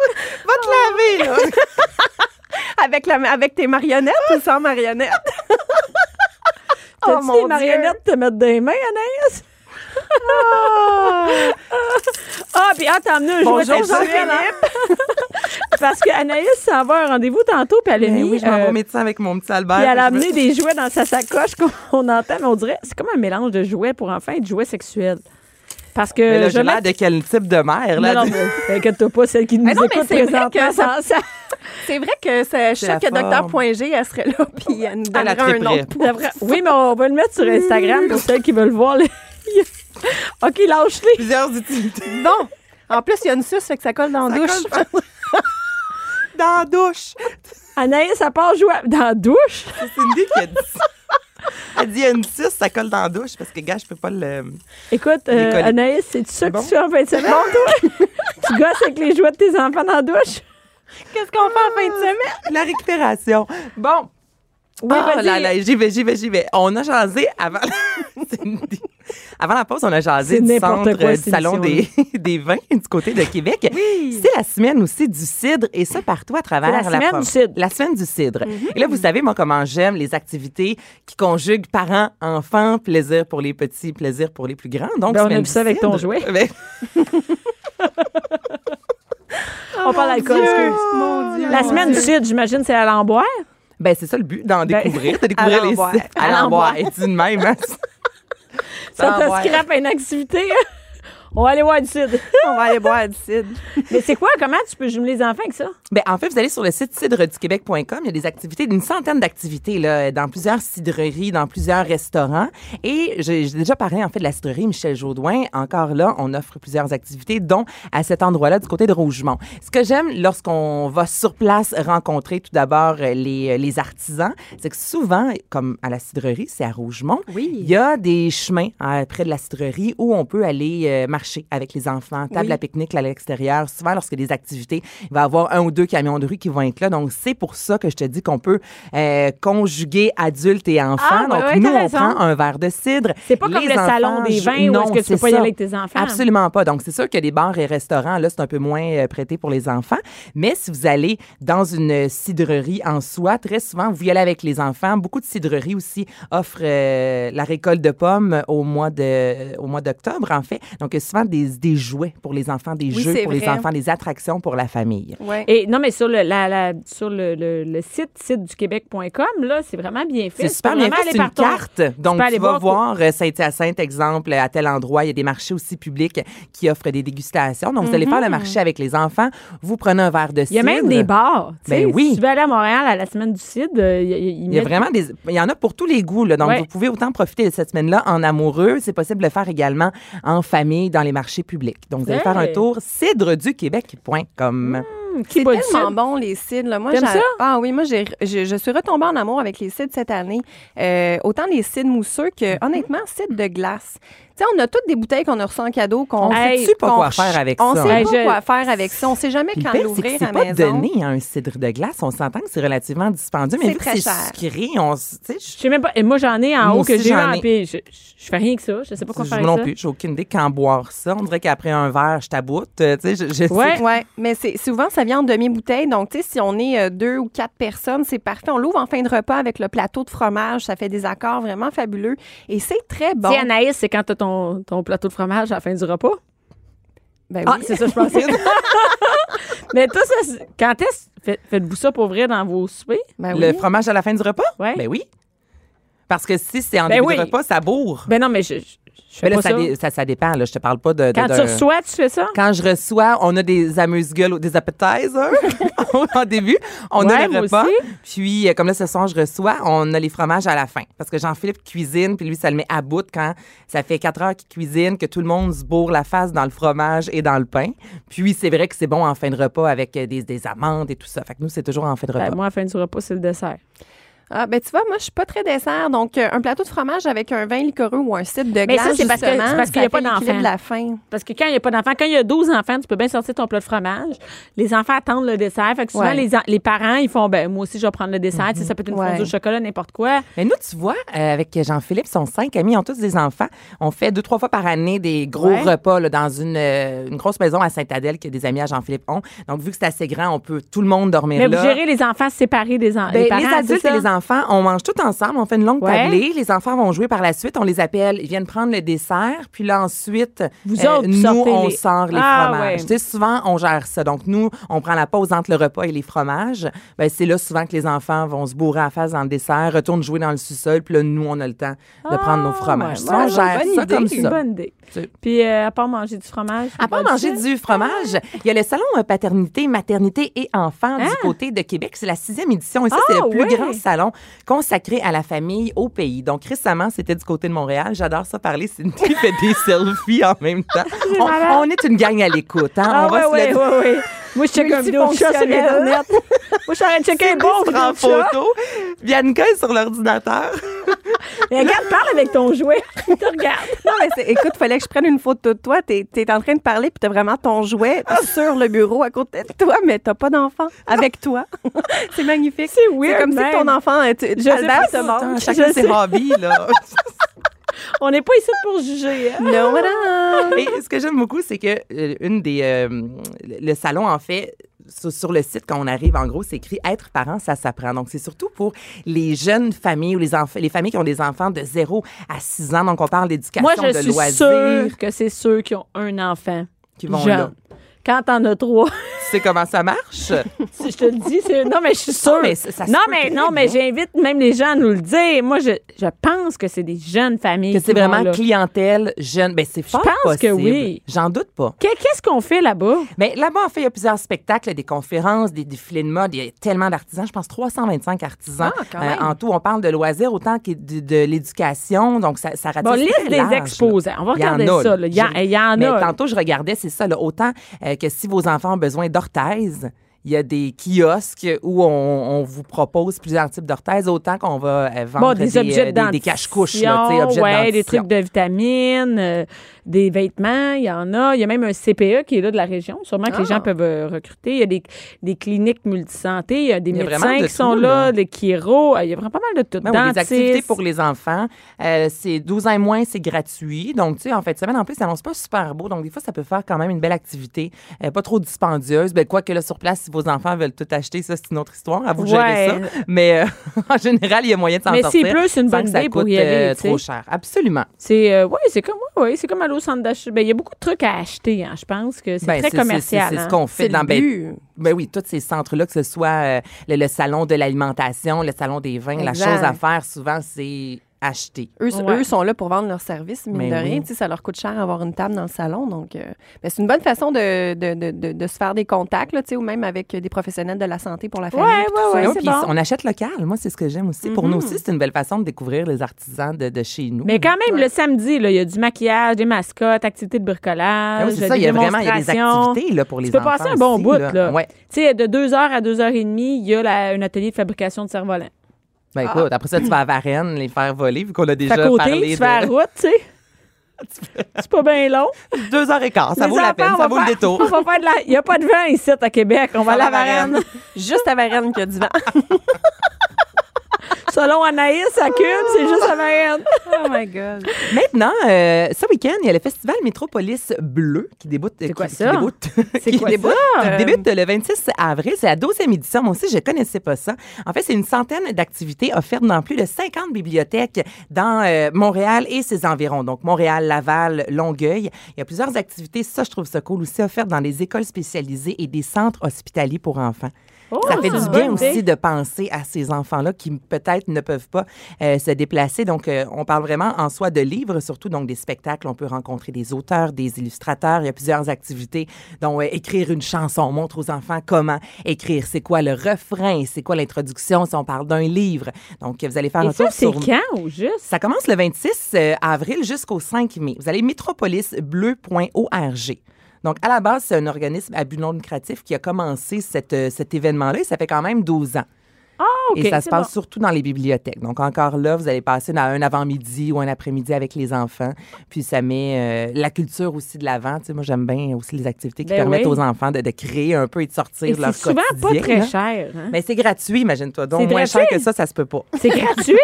va te laver, là.
Avec, la, avec tes marionnettes ou sans marionnettes? Oh,
T'as-tu des marionnettes te mettre des mains,
[LAUGHS]
Anaïs? ah, puis ah, t'as amené un jouet
Bonjour,
sexuel, hein? Parce que Anaïs s'en va à un rendez-vous tantôt, puis elle a
Ben
mis,
oui, je m'en vais
euh,
au médecin avec mon petit Albert.
Puis
Ah,
elle a
puis je
amené
me-
des jouets dans sa sacoche qu'on on entend, mais on dirait c'est comme un mélange de jouets pour enfants et de jouets sexuels. Parce que
Mais là,
je
j'ai l'air
mets...
de quel type de mère,
euh, Non,
là?
non, mais inquiète-toi pas, celle qui nous
Mais non, mais
écoute
c'est vrai
présentement
que ça-
sans ça.
C'est Ah vrai que ça, je suis sûre
la
que
forme.
Dr.G, elle serait là, puis elle nous
Elle a
donnerait un
triplé.
autre.
Devra- Oui, mais on va le mettre sur Instagram pour celles qui veulent voir. les- [LAUGHS] OK, lâche-les.
Plusieurs utilités.
Bon, en plus, il y a une suce, fait que ça colle dans la douche.
[LAUGHS] Dans la douche.
Anaïs, à part jouer à- dans la douche.
C'est Cindy qui a dit ça. Elle dit, il y a une suce, ça colle dans la douche parce que, gars, je peux pas le.
Écoute,
est
euh,
collé.
Anaïs, c'est ça que
Bon.
tu fais en fin de semaine, toi? [LAUGHS] tu gosses avec les jouets de tes enfants dans la douche? Ah.
Qu'est-ce qu'on fait en fin de semaine?
La récupération. Bon.
Oui,
Ah,
vas-y.
là, là, j'y vais, j'y vais, j'y vais. On a jasé avant [LAUGHS] Cindy. Avant la pause, on a jasé
C'est
du
n'importe
centre
quoi,
euh,
cette
du salon des, [LAUGHS] des vins du côté de Québec. C'est la semaine aussi du cidre et ça partout à travers
C'est la semaine
province.
du cidre. Mm-hmm.
La semaine du cidre. Et là, vous savez, moi, comment j'aime les activités qui conjuguent parents, enfants, plaisir pour les petits, plaisir pour les plus grands. Donc,
Ben, on a
semaine
vu
du
ça avec
cidre.
ton jouet.
Ben,
on parle d'alcool, excuse.
Mon Dieu.
La semaine du Sud, j'imagine, c'est à l'amboire.
ben, c'est ça le but, d'en
Ben,
découvrir,
[LAUGHS]
de découvrir les
l'emboire.
cidres.
À
À l'emboire. Dis de même, hein?
Ça te
L'emboire.
scrape à une activité.
hein.
on va aller voir du Sud.
[LAUGHS] On va aller boire du cidre.
Mais c'est quoi? Comment tu peux jumeler les enfants avec ça?
Ben, en fait, vous allez sur le site cidreduquebec.com. Il y a des activités, une centaine d'activités là, dans plusieurs cidreries, dans plusieurs restaurants. Et j'ai j'ai déjà parlé en fait de la cidrerie Michel Jaudoin. Encore là, on offre plusieurs activités, dont à cet endroit-là du côté de Rougemont. Ce que j'aime lorsqu'on va sur place rencontrer tout d'abord euh, les, euh, les artisans, c'est que souvent, comme à la cidrerie, c'est à Rougemont,
Oui.
il y a des chemins euh, près de la cidrerie où on peut aller euh, marcher avec les enfants, table
Oui.
à pique-nique là, à l'extérieur. Souvent, lorsqu'il y a des activités, il va y avoir un ou deux camions de rue qui vont être là. Donc, c'est pour ça que je te dis qu'on peut euh, conjuguer adultes et enfants.
Ah, ouais,
Donc,
ouais,
nous,
t'as
on
raison.
prend un verre de cidre.
C'est pas comme
Les
le salon des
je-
vins où
non,
est-ce que tu peux
c'est
pas y
ça.
aller avec tes enfants.
Absolument pas. Donc, c'est sûr que les bars et restaurants, là, c'est un peu moins euh, prêté pour les enfants. Mais si vous allez dans une cidrerie en soi, très souvent, vous y allez avec les enfants. Beaucoup de cidreries aussi offrent euh, la récolte de pommes au mois de euh, au mois d'octobre, en fait. Donc, il y a souvent des, des jouets pour les enfants, des
Oui,
jeux
c'est
pour les
vrai.
enfants, des attractions pour la famille.
Ouais.
Et non, mais sur le, la, la- sur le, le, le site, site du Québec.com, là, c'est vraiment bien fait.
C'est
Tu
super
peux
bien
vraiment
fait,
aller
c'est une
partout.
carte. Donc,
peux
tu,
aller
vas
voir-
voir euh, Saint-Hyacinthe, exemple, à tel endroit. Il y a des marchés aussi publics qui offrent des dégustations. Donc, vous allez faire le marché avec les enfants. Vous prenez un verre de
Mm-hmm. Il
cidre.
y a même des bars. tu sais,
Ben oui.
Si tu veux aller à Montréal à la semaine du CID, euh, il y a- il
Il y a
met-
vraiment des. Il y en a pour tous les goûts. Là. Donc,
Ouais.
vous pouvez autant profiter de cette semaine-là en amoureux. C'est possible de le faire également en famille dans les marchés publics. Donc, vous allez
Ouais.
faire un tour cidreduquebec.com.
qui
C'est
boit du
tellement
cidre.
bon, les cidres. là. Moi,
T'aimes
j'a-
ça?
Ah oui, moi, j'ai- je, je suis retombée en amour avec les cidres cette année. Euh, autant les cidres mousseux que, honnêtement, cidres de glace. Tu sais, on a toutes des bouteilles qu'on a reçues en cadeau. qu'on
On
Hey,
sait-tu pas
qu'on-
quoi faire avec
On
ça?
sait
Hey,
pas
je-
quoi faire avec ça. On sait jamais
Puis le
quand
pire, c'est que
l'ouvrir
c'est
à
pas
maison.
donné à un cidre de glace. On s'entend que c'est relativement dispendieux, mais
C'est
vu que
très
c'est
cher.
sucré, on, s- tu sais, je-
Je sais même pas. Et moi, j'en ai en
Moi
haut que
aussi,
j'ai eu
j'en
en
ai.
puis je, je, je fais rien que ça. Je sais pas quoi
Je
faire
moi non
avec ça.
plus, j'ai aucune idée quand boire ça. On dirait qu'après un verre, je taboute. euh, Tu sais, je, je
Ouais.
sais-
Ouais, mais c'est souvent ça vient en demi-bouteille. Donc, tu sais, si on est euh, deux ou quatre personnes, c'est parfait. On l'ouvre en fin de repas avec le plateau de fromage. Ça fait des accords vraiment fabuleux. Et c'est très bon.
Tu sais, Anaïs, c'est quand t'as ton, ton plateau de fromage à la fin du repas.
Ben
Ah,
oui.
c'est ça, je pensais. Mais tout ça, c'est- quand est-ce fait- faites-vous ça pour vrai dans vos soupers?
[LAUGHS] Ben
Le
oui.
fromage à la fin du repas?
Ah Ouais.
Ben oui. Parce que si c'est en
Ben
début
oui.
de repas, ça bourre.
Ben non, mais je, je, je fais
Mais là,
pas
ça,
ça.
dé- ça, ça dépend. Là. Je te parle pas de. de-
Quand tu
d'un-
reçois, tu fais ça?
Quand je reçois, on a des amuse-gueules, ou
[LAUGHS]
des appetizers [LAUGHS] en début. On
Ouais,
a le
moi
repas.
aussi.
Puis, euh, comme là, ce soir, je reçois, on a les fromages à la fin. Parce que Jean-Philippe cuisine, puis lui, ça le met à bout quand ça fait quatre heures qu'il cuisine, que tout le monde se bourre la face dans le fromage et dans le pain. Puis, c'est vrai que c'est bon en fin de repas avec euh, des, des amandes et tout ça. Fait que nous, c'est toujours en fin de repas.
Ben, moi, à la fin du repas, c'est le dessert.
Ah, ben tu vois, moi, je suis pas très dessert. Donc, euh, un plateau de fromage avec un vin liquoreux ou un cidre de
Mais
glace,
ça, c'est parce que-
justement,
c'est parce qu'il y a
ça
pas
fait l'équilibre
d'enfant.
de la faim.
Parce que quand il n'y a pas d'enfants, quand il y a 12 enfants, tu peux bien sortir ton plat de fromage. Les enfants attendent le dessert. Fait que souvent,
Ouais.
les, en- les parents, ils font, ben moi aussi, je vais prendre le dessert. Tu sais,
Mm-hmm.
ça peut être une
Ouais.
fondue au chocolat, n'importe quoi.
Mais nous, tu vois, euh, avec Jean-Philippe, son cinq amis, ils ont tous des enfants. On fait deux, trois fois par année des gros
Ouais.
repas là, dans une, euh, une grosse maison à Sainte-Adèle que des amis à Jean-Philippe ont. Donc, vu que c'est assez grand, on peut tout le monde dormir
Mais
là.
vous gérez les enfants séparés des en-
Ben,
les parents.
les
c'est
adultes et
ça?
les enfants, on mange tout ensemble, on fait une longue
Ouais.
tablée, les enfants vont jouer par la suite, on les appelle, ils viennent prendre le dessert, puis là ensuite, euh,
Vous autres, vous
nous,
sortez
on
les-
sort les
Ah,
fromages.
ouais.
Tu sais, souvent, on gère ça. Donc, nous, on prend la pause entre le repas et les fromages. Ben, c'est là souvent que les enfants vont se bourrer à la face dans le dessert, retournent jouer dans le sous-sol, puis là, nous, on a le temps de prendre nos fromages.
Ah, ouais,
Souvent,
ouais,
on
c'est
gère
une bonne
ça
idée,
comme
c'est
ça.
une bonne idée.
C'est-
Puis, euh, à part manger du fromage.
À part
pas
manger du fromage, il y a le salon euh, paternité, maternité et enfants du côté de Québec. C'est la sixième édition et ça, c'est
Ah,
le plus
ouais.
grand salon consacré à la famille au pays. Donc récemment, c'était du côté de Montréal. J'adore ça
[LAUGHS]
parler. Cindy fait des selfies en même temps. On, on est une gang à l'écoute. hein.
Ah,
on
ouais,
va se
ouais,
le
ouais, ouais. Moi, je check un vidéo de chat sur
Multifonctionnel.
Internet. Moi, je suis en train de checker un bon
prend
vidéo
[LAUGHS] en
de chat.
photo. Bianca est sur l'ordinateur.
Mais regarde, parle avec ton [LAUGHS] jouet. Il te regarde.
Non, mais c'est- écoute, fallait que je prenne une photo de toi. T'es es en train de parler, puis t'as vraiment ton [LAUGHS] jouet sur le bureau à côté de toi, mais t'as pas d'enfant avec [LAUGHS] toi. c'est magnifique.
C'est weird,
C'est comme si ton
même.
enfant, euh, tu,
sais
Albert
pas
te
si-
manque.
hein. Chacun
Je
ses
sais.
hobbies,
[LAUGHS]
là.
On n'est pas ici pour juger. hein.
Non,
[LAUGHS]
madame.
Et ce que j'aime beaucoup, c'est que euh, une des euh, le le salon en fait sur, sur le site quand on arrive, en gros, c'est écrit être parent, ça s'apprend. Donc c'est surtout pour les jeunes familles ou les enfants, les familles qui ont des enfants de 0 à 6 ans. Donc on parle d'éducation,
Moi, je
de
suis
loisirs,
sûre que c'est ceux qui ont un enfant.
qui vont
jeune.
là.
Quand t'en as trois, [LAUGHS]
Tu sais comment ça marche
si je te le dis, c'est. Non, mais je suis sûre.
Ah, mais ça- ça se
non,
peut
mais,
très
non, mais
bien.
j'invite même les gens à nous le dire. Moi, je, je pense que c'est des jeunes familles.
Que
qui
c'est
vont
vraiment
là.
clientèle jeune. Ben c'est fort
pense que
possible.
oui.
J'en doute pas.
Qu'est- Qu'est-ce qu'on fait là-bas?
Mais là-bas, en fait, il y a plusieurs spectacles, des conférences, des défilés de mode. Il y a tellement d'artisans, je pense 325 artisans
Ah, quand
Euh,
même.
en tout. On parle de loisirs autant que de, de l'éducation, donc ça, ça ratisse
Bon, liste
Ah, très
des
large, là.
exposants. On va
Il y en
regarder
a,
ça. là. Il y, en-
J'ai-
il y en
Mais
a.
tantôt, je regardais, c'est ça, là, autant euh, que si vos enfants ont besoin d'orthèses, il y a des kiosques où on, on vous propose plusieurs types d'orthèses, autant qu'on va euh, vendre
Bon, des, objets
euh,
de
des, des cache-couches, là, tu sais, objets de
ouais, des
dentition.
trucs de vitamines, euh, des vêtements, il y en a. Il y a même un CPE qui est là de la région. Sûrement que les
Ah!
gens peuvent euh, recruter. Il y a des, des cliniques multisanté, il y a des
Il y a
médecins
vraiment
qui
de
sont
tout,
là,
là.
des chiros. Euh, Il y a vraiment pas mal de tout.
Ben oui, des activités
Dentistes.
pour les enfants. Euh, c'est 12 ans et moins, c'est gratuit. Donc, tu sais, en fait, semaine, en plus, ça annonce pas super beau. Donc, des fois, ça peut faire quand même une belle activité. Euh, pas trop dispendieuse. Ben, quoique là, sur place, si vos enfants veulent tout acheter, ça, c'est une autre histoire. À vous de gérer
Ouais.
ça. Mais euh, [LAUGHS] en général, il y a moyen de s'en
Mais
sortir.
s'il pleut, c'est une
sans
bonne
que ça
idée pour
coûte,
y aller,
euh,
tu sais.
trop cher. Absolument.
C'est euh, ouais, c'est comme ouais, ouais, c'est comme aller au centre d'achat. Ben, il y a beaucoup de trucs à acheter, hein, je pense que c'est
Ben,
très commercial.
C'est c'est
hein.
ce qu'on fait
C'est
dans
le
ben,
but.
ben oui, tous ces centres-là, que ce soit euh, le, le salon de l'alimentation, le salon des vins, la
Exact.
chose à faire souvent, c'est acheter.
Eux,
Ouais.
eux sont là pour vendre leurs services, mine
Mais
de
oui.
rien. Tu sais, Ça leur coûte cher avoir une table dans le salon. Donc, euh, ben, c'est une bonne façon de, de, de, de, de se faire des contacts, là, tu sais, ou même avec euh, des professionnels de la santé pour la famille.
Ouais,
puis
ouais,
tout ça.
ouais,
Non,
c'est
puis
bon. Mm-hmm.
On achète local. Moi, c'est ce que j'aime aussi. Pour nous aussi, c'est une belle façon de découvrir les artisans de, de chez nous.
Mais quand même, le samedi, là, il y a du maquillage, des mascottes, activités de bricolage. euh,
Ah oui, c'est ça, il y a vraiment il y a des
démonstrations.
activités là, pour les
Tu peux
enfants.
passer un bon
aussi,
bout, là.
Ouais.
Tu sais, de 2h à 2h30, il y a la- un atelier de fabrication de cerfs-volants.
Ben écoute, après ça, tu vas à Varennes les faire voler, vu qu'on
Ah.
a
Fait
déjà
à côté,
parlé
tu fais la route, tu sais.
[LAUGHS]
C'est pas bien long.
de [LAUGHS] deux heures et quart. Ça
Les
vaut la
enfants,
peine,
on
ça
va
vaut le
faire- [LAUGHS]
détour.
on va faire de la- Il n'y a pas de vent ici à Québec. On va à la Varenne.
Juste à Varennes qu'il y a du vent.
Selon Anaïs, à Cube, c'est juste avant
[LAUGHS]
elle.
[LAUGHS] Oh my God.
Maintenant, euh, ce week-end, il y a le festival Métropolis Bleu qui débute. C'est
quoi ça?
[LAUGHS] C'est
quoi
débute,
ça?
qui débute le 26 avril. C'est la 12e édition. Moi aussi, je connaissais pas ça. En fait, c'est une centaine d'activités offertes dans plus de 50 bibliothèques dans euh, Montréal et ses environs. Donc, Montréal, Laval, Longueuil. Il y a plusieurs activités. Ça, je trouve ça cool. Aussi offertes dans les écoles spécialisées et des centres hospitaliers pour enfants.
Oh, c'est
ça fait du
une
bien
bonne idée.
aussi de penser à ces enfants-là qui peut-être ne peuvent pas euh, se déplacer. Donc, euh, on parle vraiment en soi de livres, surtout donc des spectacles. On peut rencontrer des auteurs, des illustrateurs. Il y a plusieurs activités, dont euh, écrire une chanson. On montre aux enfants comment écrire. C'est quoi le refrain? C'est quoi l'introduction si on parle d'un livre? Donc, vous allez faire
Et
un
ça,
tour
c'est
sur...
quand au juste?
Ça commence le 26 euh, avril jusqu'au 5 mai. Vous allez métropolisbleu.org. Donc, à la base, c'est un organisme à but non lucratif qui a commencé cette, euh, cet événement-là et ça fait quand même 12 ans.
Ah, OK.
et ça se
c'est
passe
bon.
surtout dans les bibliothèques. Donc, encore là, vous allez passer dans un avant-midi ou un après-midi avec les enfants. Puis, ça met euh, la culture aussi de l'avant. Tu sais, moi, j'aime bien aussi les activités qui
Ben
permettent
oui.
aux enfants de, de créer un peu et de sortir
Et
de leur
c'est souvent pas
quotidien,
très
là.
cher. hein?
Mais c'est gratuit, imagine-toi.
C'est
Donc, moins cher
gratuit?
que ça, ça se peut pas. [LAUGHS]
C'est [LAUGHS] gratuit.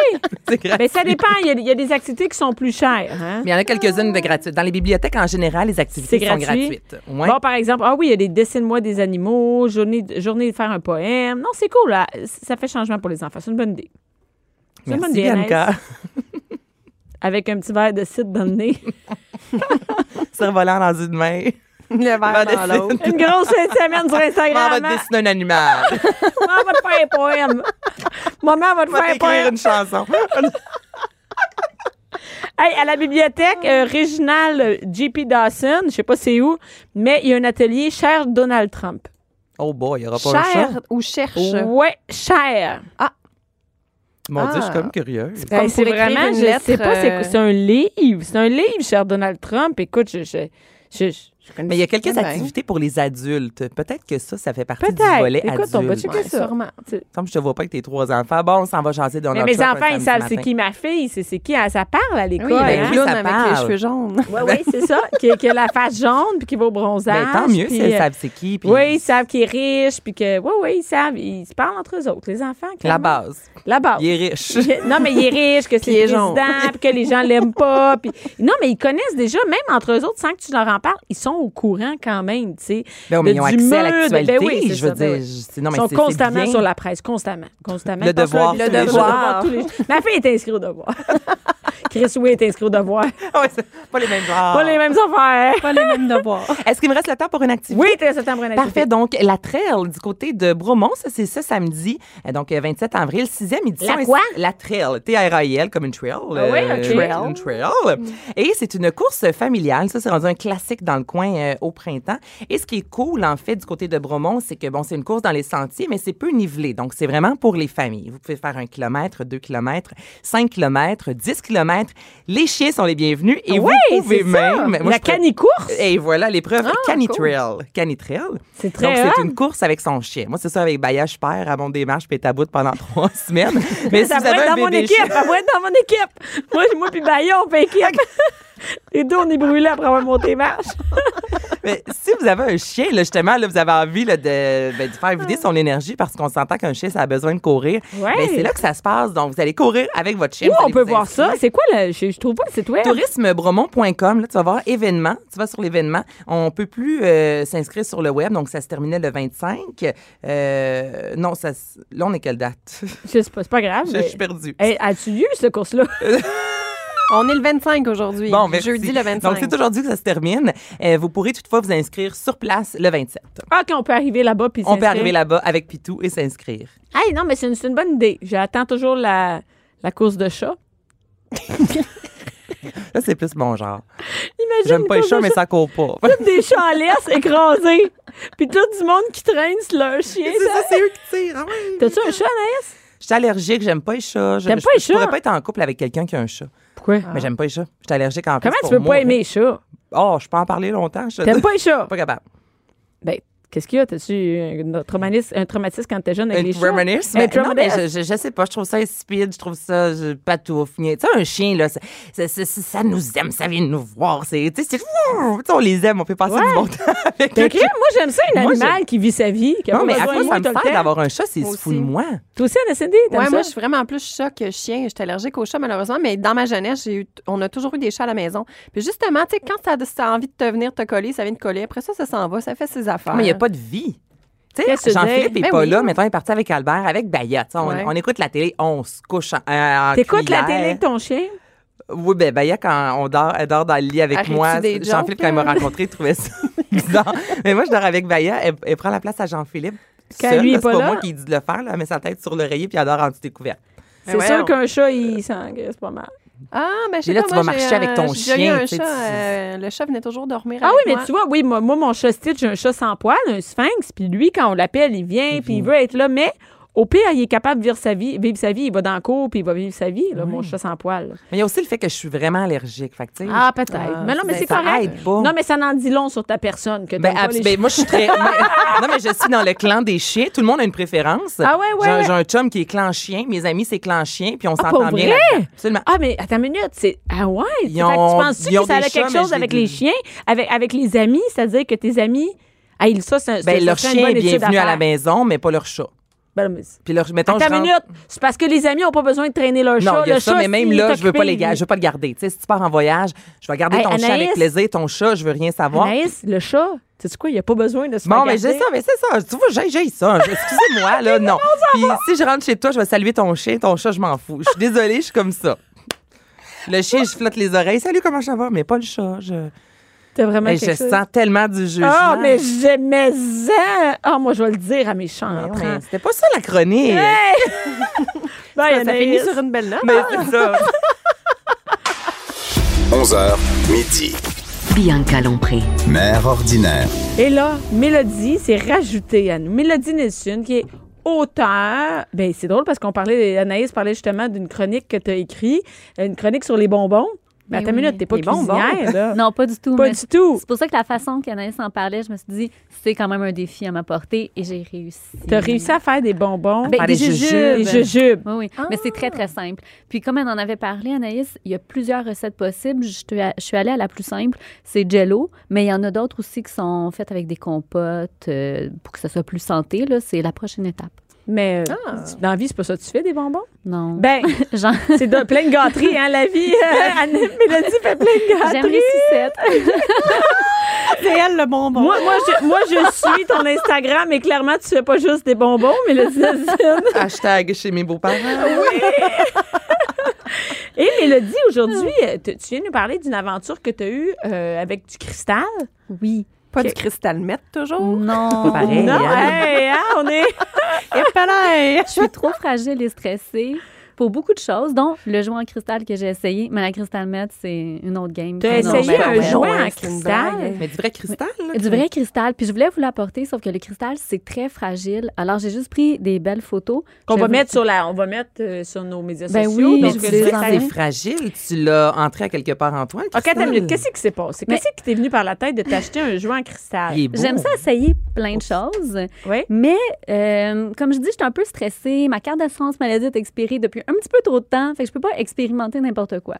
C'est gratuit.
Mais Ben, ça dépend. Il y a- il y, a des activités qui sont plus chères. hein?
Mais il y en a quelques-unes de gratuites. Dans les bibliothèques, en général, les activités
C'est
sont
gratuit?
gratuites. Ouais.
Bon, par exemple, ah oui, il y a des dessine-moi des animaux, journée, de- journée de faire un poème. Non, c'est cool. là. Ça fait changement pour les enfants. C'est une bonne idée. C'est une bonne
Merci,
idée,
Bianca. [LAUGHS]
Anaïs. Avec un petit verre de cidre dans le nez.
Survolant dans une main.
Le
Ah,
verre dans
Dessine-
l'autre.
Une grosse fin de semaine sur
Maman va
Instagram. hein.
te dessiner
[LAUGHS]
un animal.
Maman va te faire un poème. Maman va te
Va
faire un
t'écrire
poème.
une chanson.
Hey, à la bibliothèque euh, régionale JP Dawson, je sais pas c'est où, mais il y a un atelier Cher Donald Trump.
[LAUGHS] Oh boy, il n'y aura pas un
Cher
chat.
ou cherche.
Oh.
Ouais, cher.
Mon Dieu, je suis
Ah.
comme curieuse.
Comme
Ben, c'est
pour écrire
vraiment,
une
je
lettre,
sais pas, c'est
euh,
c'est un livre. C'est un livre, cher Donald Trump. Écoute, je, je, je, je, je connais
Mais il y a quelques
bien.
activités pour les adultes. Peut-être que ça, ça fait partie du
Peut-être.
volet
Écoute, on va
adulte.
checker
Ouais,
ça.
sûrement.
Tu-
Comme je te vois pas avec tes trois enfants, bon, on s'en va jaser dans
Mais
notre
mes
shop un
enfants, ils
samedi
savent c'est
matin.
qui ma fille, c'est c'est qui. Ah, Ça parle à l'école.
Oui,
ben
le
hein?
oui,
clown
ça
avec les
parle.
cheveux jaunes.
Oui, oui, c'est ça. Qui, qui a la face jaune, puis qui va au bronzage.
Ben, tant mieux
puis,
si elles
euh,
savent c'est qui. puis
Oui, ils savent qu'il est riche, puis que. Oui, oui, ils savent. Ils se parlent entre eux autres, les enfants.
La
clairement.
base.
La base.
Il est riche.
Que- Non, mais il est
[LAUGHS]
riche, que c'est
il
le
est jaune.
président, [LAUGHS] puis que les gens l'aiment pas. Puis... Non, mais ils connaissent déjà, même entre eux autres, sans que tu leur en parles, ils sont au courant quand même, tu sais.
Ben, mais
de-
ils ont
du
accès à
mur, de-
l'actualité.
ben oui, c'est
je veux
ça, ben
dire,
oui.
je- non, mais
Ils sont
c'est- c'est
constamment
bien.
sur la presse, constamment, constamment.
Le
Ils passent
Devoir
leur-
tous
les jours.
tous les jours. Ma fille est inscrite au
[LAUGHS]
devoir. Chris, oui, est inscrite au devoir.
[LAUGHS] Ouais, c'est pas les mêmes genres.
Pas les mêmes affaires.
Pas les mêmes devoirs.
Est-ce qu'il me reste le temps pour une activité?
[LAUGHS] Oui, 13 septembre, une
Parfait.
activité.
Donc, la trail du côté de Bromont, ça, c'est ce samedi, euh, donc euh, 27 avril, 6e édition.
La quoi? Ah
Et c'est- La trail. T-R-A-I-L, comme une trail.
oui, ok.
trail. Une trail.
Mm.
Et c'est une course familiale. Ça, c'est rendu un classique dans le coin euh, au printemps. Et ce qui est cool, en fait, du côté de Bromont, c'est que, bon, c'est une course dans les sentiers, mais c'est peu nivelé. Donc, c'est vraiment pour les familles. Vous pouvez faire un kilomètre, deux kilomètres, cinq kilomètres, dix kilomètres. Les chiens sont les bienvenus. Et
Oui,
vous pouvez
Ah c'est ça.
même... Moi,
La
je Eh, trouve-
canicourse.
et voilà l'épreuve Canitrail. Canitrail.
Ah, C'est très
Donc, c'est
hot.
une course avec son chien. Moi, c'est ça, avec Bayage Père, à mon démarche, puis à bout pendant [LAUGHS] trois
[LAUGHS]
semaines. Mais si
Ça
vous
pourrait
avez
être
un
dans mon
bébé
équipe.
chien,
Ça pourrait être dans mon équipe. Moi, moi puis Bayon, on fait équipe. Les deux, on est brûlés après avoir monté marche.
[LAUGHS] mais si vous avez un chien, là, justement, là, vous avez envie là, de, ben, de faire vider son énergie parce qu'on s'entend qu'un chien, ça a besoin de courir.
Ouais.
Ben, c'est là que ça se passe. Donc, vous allez courir avec votre chien.
Où
vous
on
allez
peut
vous
voir
inscrire.
ça? C'est quoi le. Je, je trouve pas le site web.
tourismebromont.com, là, tu vas voir événements. Tu vas sur l'événement. On peut plus euh, s'inscrire sur le web, donc ça se terminait le 25. Euh, non, ça, se- là, on est quelle date?
Je sais pas, c'est pas grave.
[LAUGHS] Je
mais-
suis perdue.
Hey, As-tu lieu, cette course-là?
On est le 25 aujourd'hui.
Bon, merci.
Jeudi le 25.
Donc, c'est aujourd'hui que ça se termine. Euh, vous pourrez toutefois vous inscrire sur place le 27.
Ah, OK, on peut arriver là-bas. puis
On peut
s'inscrire.
arriver là-bas avec Pitou et s'inscrire.
Hey, non, mais c'est une, c'est une bonne idée. J'attends toujours la, la course de chat.
Là, c'est plus mon genre.
Imagine.
J'aime
une
pas les
course
chats,
de
mais
chat.
ça court pas.
Toutes [LAUGHS] des chats en laisse écrasés. Puis tout du monde qui traîne sur leur chien.
[LAUGHS] C'est
ça.
ça, c'est eux qui tirent. Ah ouais.
T'as-tu un chat, Anaïs?
Je suis allergique, j'aime pas les chats. Je,
T'aimes
je-
pas les
Je pourrais
chats?
pas être en couple avec quelqu'un qui a un chat.
Pourquoi?
Mais j'aime pas les chats. Je suis allergique en plus
Ah. Comment tu
pour
peux
moi.
pas aimer les chats?
[LAUGHS] Oh, je peux en parler longtemps. Je
T'aimes pas les chats?
pas capable.
Ben, Qu'est-ce qu'il y a? T'as-tu un, un traumatisme, un traumatisme quand t'es jeune avec les
Un
chats? Ben,
Romanis?
Un
Mais non, mais
traumatisme.
je, je, je sais pas, je trouve ça insipide, je trouve ça je, pas tout. Tu sais, un chien, là, ça, ça, ça- ça- ça nous aime, ça vient nous voir. C'est, tu sais, c'est- tu sais, on les aime, on peut passer
Ouais.
du bon temps [LAUGHS] avec
T'as
eux.
cru? Ben, moi, j'aime ça, un
Moi,
animal qui vit sa vie. Qui a
Non,
pas
mais à
besoin
quoi
de moi
ça me
tout le
sert
temps.
d'avoir un chat? C'est
Moi
fou de
aussi.
moi.
Toi aussi, Anna Cindy, t'aimes
Ouais,
ça?
moi, je suis vraiment plus chat que chien. J'étais allergique aux chats, malheureusement, mais dans ma jeunesse, j'ai eu, on a toujours eu des chats à la maison. Puis justement, tu sais, quand ça, ça a envie de te venir te coller, ça vient te coller. Après ça, ça s'en va, ça fait ses affaires.
Mais il n'y a pas de vie. Tu
Qu'est-ce que
sais, Jean-Philippe
dire?
n'est
Ben
pas
oui.
là. Mettons, il est parti avec Albert, avec Bayat. On,
Ouais.
on écoute la télé, on se couche en, en- en
T'écoutes la
cuillère.
télé avec ton chien?
Oui, ben Bayat, quand on dort, elle dort dans le lit avec
Arrête-tu
moi.
des jokes,
Jean-Philippe, quand il m'a
hein?
là?
rencontré, il trouvait ça [LAUGHS] bizarre. Mais moi, je dors avec Bayat. Elle, elle prend la place à Jean-Philippe.
Quand
seul,
lui
là,
est
C'est
pas
pas
là.
moi qui dit de le faire. Là. Elle met sa tête sur l'oreiller puis elle dort en dessous des couvertes.
Ben
C'est sûr
voyons.
qu'un chat, il s'engraisse pas mal.
Ah, mais je sais
Mais là,
pas,
tu
moi,
vas
j'ai,
marcher avec
euh,
ton
j'ai déjà eu
chien,
un
tu sais,
chat,
tu-
euh, le chat venait toujours dormir
Ah
avec
oui, mais
moi.
tu vois, oui, moi, moi, mon chat Stitch, j'ai un chat sans poil, un sphinx, puis lui, quand on l'appelle, il vient, puis il veut être là, mais au pire, il est capable de vivre sa vie, vivre sa vie, il va dans la cour, puis il va vivre sa vie, là, mon chat sans poil. là.
Mais il y a aussi le fait que je suis vraiment allergique. Fait que, tu sais,
Ah, peut-être.
Ah,
mais non, mais
ben,
c'est
ça
correct.
aide pas.
Non, mais ça n'en dit long sur ta personne que
Ben,
t'aimes pas
abs-
les
ben,
chiens.
moi, je suis très. mais- non, mais [LAUGHS] je suis dans le clan des chiens. Tout le monde a une préférence.
Ah ouais, ouais,
J'ai un-
ouais.
J'ai un chum qui est clan chien. Mes amis, c'est clan chien. Puis on
Ah,
s'entend
pour
bien.
vrai?
là-dedans. Absolument.
Ah, mais attends une minute. C'est... Ah ouais?
Ils
Fait que
ont-
tu penses-tu
ils ont
que ça
des
a
chats,
quelque
mais
chose
je
avec
les-
les chiens, avec, avec les amis? C'est-à-dire que tes amis... Ah, il- ça, c'est un,
Ben,
ça
leur
serait une
chien est
bonne étude
bienvenu à la
faire.
maison, mais pas leur chat.
Ben, mais c'est-
Puis leur, mettons,
Attends
je
une
rentre-
minute. C'est parce que les amis n'ont pas besoin de traîner leur chat.
Non, il y a
Le
ça,
chat,
mais même
s'il
là,
est
je veux pas
occupé,
les ga-
lui-
je veux pas le garder. Tu sais, si tu pars en voyage, je vais garder
Hey,
ton chat
Anaïs.
avec plaisir, ton chat, je veux rien savoir.
Anaïs, le chat, tu sais quoi, il n'y a pas besoin de se
Bon,
faire
mais j'ai
garder.
ça, mais c'est ça. Tu vois, j'ai, j'ai ça.
[LAUGHS]
Je- Excusez-moi, là, non. Puis si je rentre chez toi, je vais saluer ton chien, ton chat, je m'en fous. Je suis désolée, je suis comme ça. Le chien, je flotte les oreilles. Salut, comment ça va? Mais pas le chat. Je,
T'as vraiment
Hey, je
quelque chose.
sens tellement du jugement.
Ah, mais j'aimais ça. Ah, moi, je vais le dire à mes chants. en
Non,
train.
Ah, mais C'était pas ça la chronique.
[LAUGHS] Bye,
Ça
Anaïs.
finit sur une belle note.
Mais c'est ça.
11h, midi.
Bianca Lompré.
Mère ordinaire.
Et là, Mélodie s'est rajoutée à nous. Mélodie Nelson, qui est auteur. Ben, c'est drôle parce qu'on parlait, Anaïs parlait justement d'une chronique que tu as écrite, une chronique sur les bonbons. Mais
Ben
attends
oui.
une minute, t'es pas
Les bonbons.
cuisinière, là.
Non, pas du tout.
Pas
mais
du tout.
C'est pour ça que la façon qu'Anaïs en parlait, je me suis dit, c'est quand même un défi à ma portée et j'ai réussi.
T'as réussi à faire des bonbons.
Ben,
Ah,
des
des jujubes.
jujubes.
des jujubes.
Oui, oui. Mais c'est très, très simple. Puis, comme elle en avait parlé, Anaïs, il y a plusieurs recettes possibles. Je, te- je suis allée à la plus simple, c'est Jello, mais il y en a d'autres aussi qui sont faites avec des compotes euh, pour que ça soit plus santé. Là, c'est la prochaine étape.
Mais euh,
Ah.
dans la vie, c'est pas ça que tu fais, des bonbons?
Non.
Ben,
[LAUGHS] J'en-
c'est de, plein de gâteries, hein, la [LAUGHS] vie. Euh, Anne- Mélodie fait plein de
J'aime les
gâteries.
sucettes.
C'est elle, le bonbon.
Moi, moi, je, moi, je suis ton Instagram et clairement, tu fais pas juste des bonbons, Mélodie Nelson.
Hashtag chez mes beaux-parents.
Et Mélodie, aujourd'hui, euh, tu tu viens nous parler d'une aventure que tu as eue euh, avec du cristal.
Oui.
Pas du cristal mètre, toujours.
Non.
pareil. Hey,
non,
hein?
hey, hein, on est.
Et pareil.
Je suis trop fragile et stressée pour beaucoup de choses, dont le jouet en cristal que j'ai essayé, mais la cristal meth, c'est une autre game. Ah
T'as
C'est une autre
essayé
chose.
ben,
un
ouais,
jouet
ouais,
en
c'est une
cristal.
blague.
Mais du vrai cristal, là.
Du vrai cristal. Puis je voulais vous l'apporter, sauf que le cristal, c'est très fragile. Alors, j'ai juste pris des belles photos.
Qu'on va
J'avoue-
mettre sur la, on va mettre euh, sur nos médias
Ben
sociaux.
oui,
Mais
donc,
tu
je
euh,
vais
dis
les
que c'est
enlever.
fragile. Tu l'as entré à quelque part en toi. le
OK, attends
cristal.
une minute. Qu'est-ce qui s'est passé?
Mais-
Qu'est-ce qui t'est venu par la tête de t'acheter un jouet en cristal?
Il est beau.
J'aime ça essayer plein de choses.
Oui.
Mais, euh, comme je dis, je suis un peu stressée. Ma carte d'assurance maladie est expirée depuis un petit peu trop de temps. Fait que je peux pas expérimenter n'importe quoi.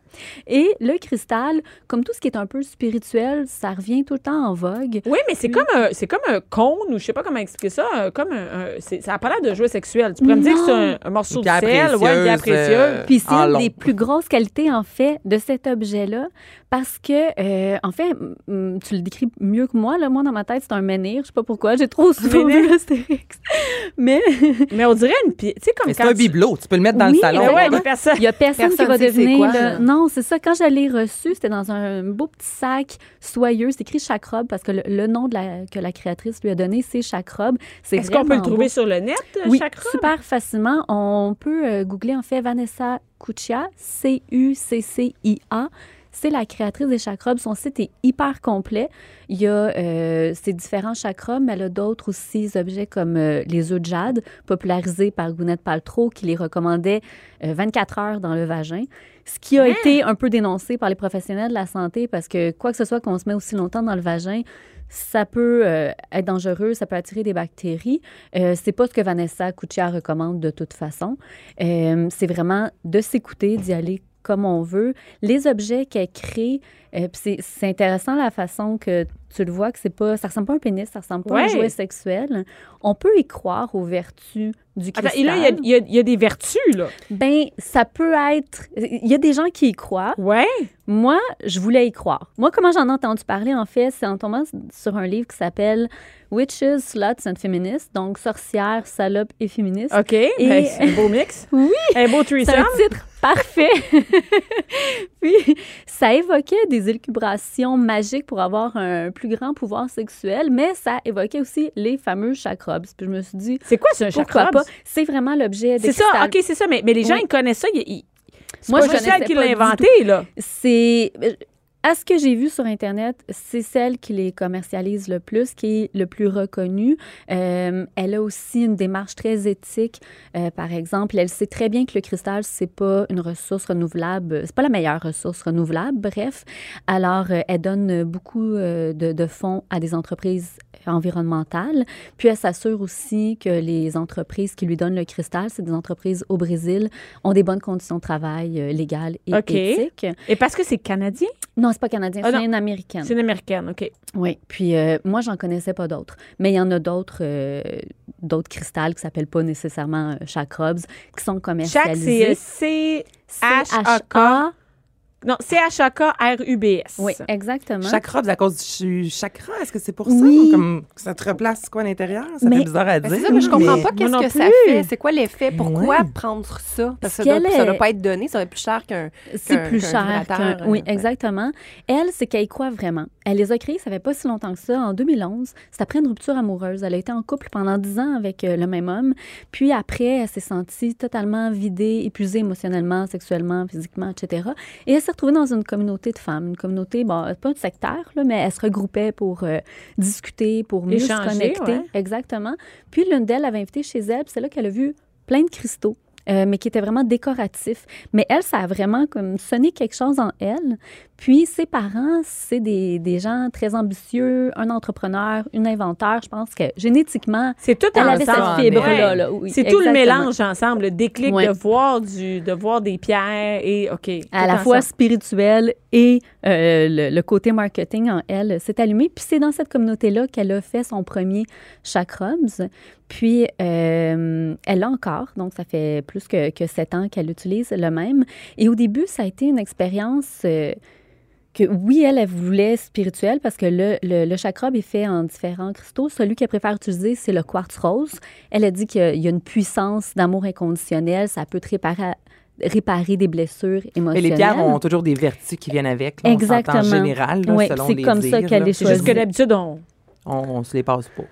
Et le cristal, comme tout ce qui est un peu spirituel, ça revient tout le temps en vogue.
Oui, mais c'est comme un, c'est comme un cône ou je sais pas comment expliquer ça, un- comme un, un- c'est- ça a pas l'air de jouet sexuel. Tu pourrais me dire que c'est un, un morceau
Une
de
pierre
sel, ouais, une pierre
précieuse,
précieuse.
euh,
Puis c'est
en
une
long.
des plus grosses qualités, en fait, de cet objet-là, parce que, euh, en fait, mm, mm, tu le décris mieux que moi. Là. Moi, dans ma tête, c'est un menhir. Je sais pas pourquoi. J'ai trop souvent
Menhir.
vu l'Astérix. [LAUGHS]
[LAUGHS]
Mais
Mais on dirait une pi- tu sais comme
Mais c'est
quand
un
tu-
bibelot. Tu peux le mettre dans le
Oui,
salon.
Mais ouais, des
il
personnes.
y a personne,
Personne
qui va
sait c'est
deviner.
quoi,
là.
là.
Non, c'est ça. Quand je l'ai reçu, c'était dans un beau petit sac soyeux. C'est écrit Chakrobe parce que le, le nom de la, que la créatrice lui a donné, c'est Chakrobe. C'est
Est-ce qu'on peut le
vraiment beau.
trouver sur le net, euh,
Oui,
chaque robe?
super facilement. On peut euh, googler en fait Vanessa Cuccia, C-U-C-C-I-A. C'est la créatrice des chakras. Son site est hyper complet. Il y a euh, ses différents chakras, mais elle a d'autres aussi objets comme euh, les œufs de jade, popularisés par Gwyneth Paltrow, qui les recommandait euh, 24 heures dans le vagin. Ce qui a été un peu dénoncé par les professionnels de la santé parce que quoi que ce soit qu'on se met aussi longtemps dans le vagin, ça peut euh, être dangereux, ça peut attirer des bactéries. Euh, c'est pas ce que Vanessa Cuccia recommande de toute façon. Euh, c'est vraiment de s'écouter, d'y aller comme on veut. Les objets qu'elle crée, euh, puis c'est, c'est intéressant la façon que tu le vois, que c'est pas, ça ressemble pas à un pénis, ça ressemble pas à un
Ouais.
jouet sexuel. On peut y croire aux vertus du cristal.
Attends, et là, il y a- il y, a- il y a des vertus, là.
Ben, ça peut être. Il y a des gens qui y croient.
Ouais.
Moi, je voulais y croire. Moi, comment j'en ai entendu parler, en fait, c'est en tombant sur un livre qui s'appelle Witches, Sluts and Feminists, donc sorcières, salopes et féministes.
OK. ben, c'est un beau mix.
[LAUGHS] Oui.
Un beau
C'est un
threesome.
titre parfait. [LAUGHS] Puis, ça évoquait des élucubrations magiques pour avoir un plus grand pouvoir sexuel, mais ça évoquait aussi les fameux chakras. Puis je me suis dit,
C'est quoi, ce
pourquoi
chakra?
pas? C'est vraiment l'objet des
C'est ça,
cristals.
OK, c'est ça. Mais, mais les gens,
Oui.
ils connaissent ça. Ils, ils- c'est
Moi,
pas
je
juste
connaissais
elle qui
pas
l'a
du
inventé, là.
c'est euh, à ce que j'ai vu sur internet, c'est celle qui les commercialise le plus, qui est le plus reconnue. Euh, elle a aussi une démarche très éthique. Euh, par exemple, elle sait très bien que le cristal c'est pas une ressource renouvelable, c'est pas la meilleure ressource renouvelable. Bref, alors euh, elle donne beaucoup euh, de, de fonds à des entreprises environnementales. Puis elle s'assure aussi que les entreprises qui lui donnent le cristal, c'est des entreprises au Brésil, ont des bonnes conditions de travail euh, légales et
OK.
éthiques.
Et parce que c'est canadien,
Non, c'est pas canadien,
Ah, non.
c'est une américaine.
c'est une américaine, OK.
Oui. Puis euh, moi, j'en connaissais pas d'autres. Mais il y en a d'autres, euh, d'autres cristals qui s'appellent pas nécessairement euh, chakras,
Chaque,
qui sont
c'est euh,
commercialisés.
C...
C-H-A.
Non, C-H-A-K-R-U-B-S.
Oui, exactement.
Chakra, à cause du ch- chakra, est-ce que c'est pour ça?
Oui.
Comme, que ça te replace quoi à l'intérieur? Ça
Mais-
fait bizarre à dire.
c'est ça, mais je comprends
mais-
pas qu'est-ce
non
que ça
plus.
fait. C'est quoi l'effet? Pourquoi
Ouais.
prendre ça? Parce que
Parce
ça
qu'elle
doit, ça doit
est-
pas être donné, ça va être plus cher qu'un.
C'est
qu'un-
plus
qu'un
cher
vibrateur,
qu'un-
euh,
Oui,
ouais.
exactement. Elle, c'est qu'elle y croit vraiment. Elle les a créés, ça fait pas si longtemps que ça, en 2011. C'est après une rupture amoureuse. Elle a été en couple pendant 10 ans avec euh, le même homme. Puis après, elle s'est sentie totalement vidée, épuisée émotionnellement, sexuellement, physiquement, etc. Et elle s'est retrouvée dans une communauté de femmes. Une communauté, bon, pas de sectaire, là, mais elle se regroupait pour euh, discuter, pour mieux
Échanger,
se connecter.
ouais.
Exactement. Puis l'une d'elles l'avait invitée chez elle, puis c'est là qu'elle a vu plein de cristaux. euh, mais qui étaient vraiment décoratifs. Mais elle, ça a vraiment comme sonné quelque chose en elle. Puis ses parents, c'est des, des gens très ambitieux, un entrepreneur, une inventeur. Je pense que génétiquement,
C'est tout
elle avait cette
ensemble.
fibre-là.
Ouais.
là, oui,
c'est tout le
exactement.
mélange ensemble, le déclic
Ouais.
de, voir du, de voir des pierres et OK.
à la fois spirituelle et euh, le, le côté marketing en elle s'est allumé. Puis c'est dans cette communauté-là qu'elle a fait son premier Chakrams. Puis euh, elle l'a encore, donc ça fait plus que, que sept ans qu'elle utilise le même. Et au début, ça a été une expérience... euh, que oui, elle, elle voulait spirituelle parce que le, le, le chakra est fait en différents cristaux. Celui qu'elle préfère utiliser, c'est le quartz rose. Elle a dit qu'il y a une puissance d'amour inconditionnel. Ça peut te réparer, réparer des blessures
Mais
émotionnelles.
les pierres ont toujours des vertus qui viennent avec. là, on s'entend En
Exactement.
général, là,
Ouais,
selon
c'est
les
comme ça
dires,
qu'elle
là.
les
C'est juste que
choisie.
d'habitude, on,
On, on se les passe pas.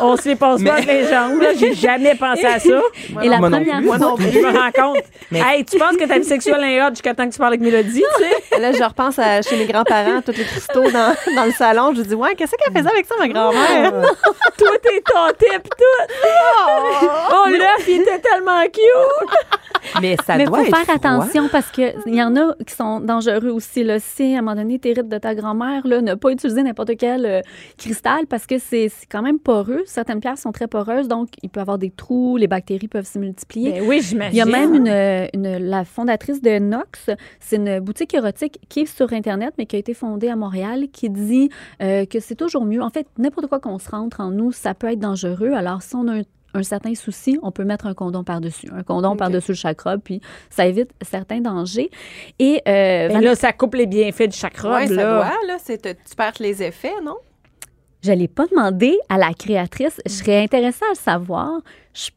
on se les passe pas
Mais-
entre les jambes. là. J'ai jamais pensé à ça.
Et la
Moi non
première
plus.
Moi
fois,
non plus, je me rends compte. Hey, tu penses que ta bisexuelle est hot jusqu'à temps que tu parles avec Mélodie, tu
[LAUGHS]
sais?
Là, je repense à chez mes grands-parents, tous les cristaux dans, [LAUGHS] dans le salon. Je dis, ouais, qu'est-ce qu'elle faisait avec ça, ma grand-mère?
Toi, t'es tenté pis tout. Oh, l'œuf, il était tellement cute.
mais ça
mais
doit
faut
être
faire
froid.
attention parce que il y en a qui sont dangereux aussi. Là. Si à un moment donné, t'hérites de ta grand-mère, là, ne pas utiliser n'importe quel euh, cristal parce que c'est c'est quand même poreux. Certaines pierres sont très poreuses, donc il peut y avoir des trous, les bactéries peuvent s'y multiplier.
Ben oui, j'imagine.
Il y a même une, une- la fondatrice de Nox, c'est une boutique érotique qui est sur Internet, mais qui a été fondée à Montréal, qui dit euh, que c'est toujours mieux. En fait, n'importe quoi qu'on se rentre en nous, ça peut être dangereux. Alors, si on a un, un certain souci, on peut mettre un condom par-dessus. Un condom par-dessus le chakra, puis ça évite certains dangers. Et euh,
Ben
Van-
là, ça coupe les bienfaits du chakra.
Ouais, ça
là.
doit, là. C'est, tu perds les effets, non?
je l'ai pas demandé à la créatrice. Je serais intéressée à le savoir. Je-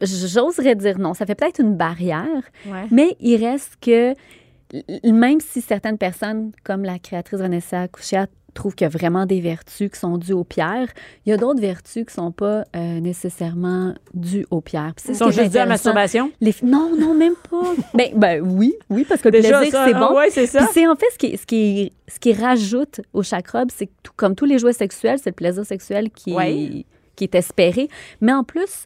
J'oserais dire non. Ça fait peut-être une barrière. Mais il reste que, l- même si certaines personnes, comme la créatrice Vanessa Couchat, trouve qu'il y a vraiment des vertus qui sont dues aux pierres. Il y a d'autres vertus qui sont pas euh, nécessairement dues aux pierres. Puis c'est
Ils
ce
sont
qui est
juste dus à la
intéressant.
masturbation.
Les f- Non, non, même pas. [LAUGHS] ben, ben oui, oui, parce que le plaisir,
ça,
c'est
ah,
bon.
ouais, c'est
Puis
ça.
c'est en fait ce qui, ce qui, ce qui rajoute au chakra, puis c'est que tout, comme tous les jouets sexuels, c'est le plaisir sexuel qui,
Ouais.
qui est espéré. Mais en plus,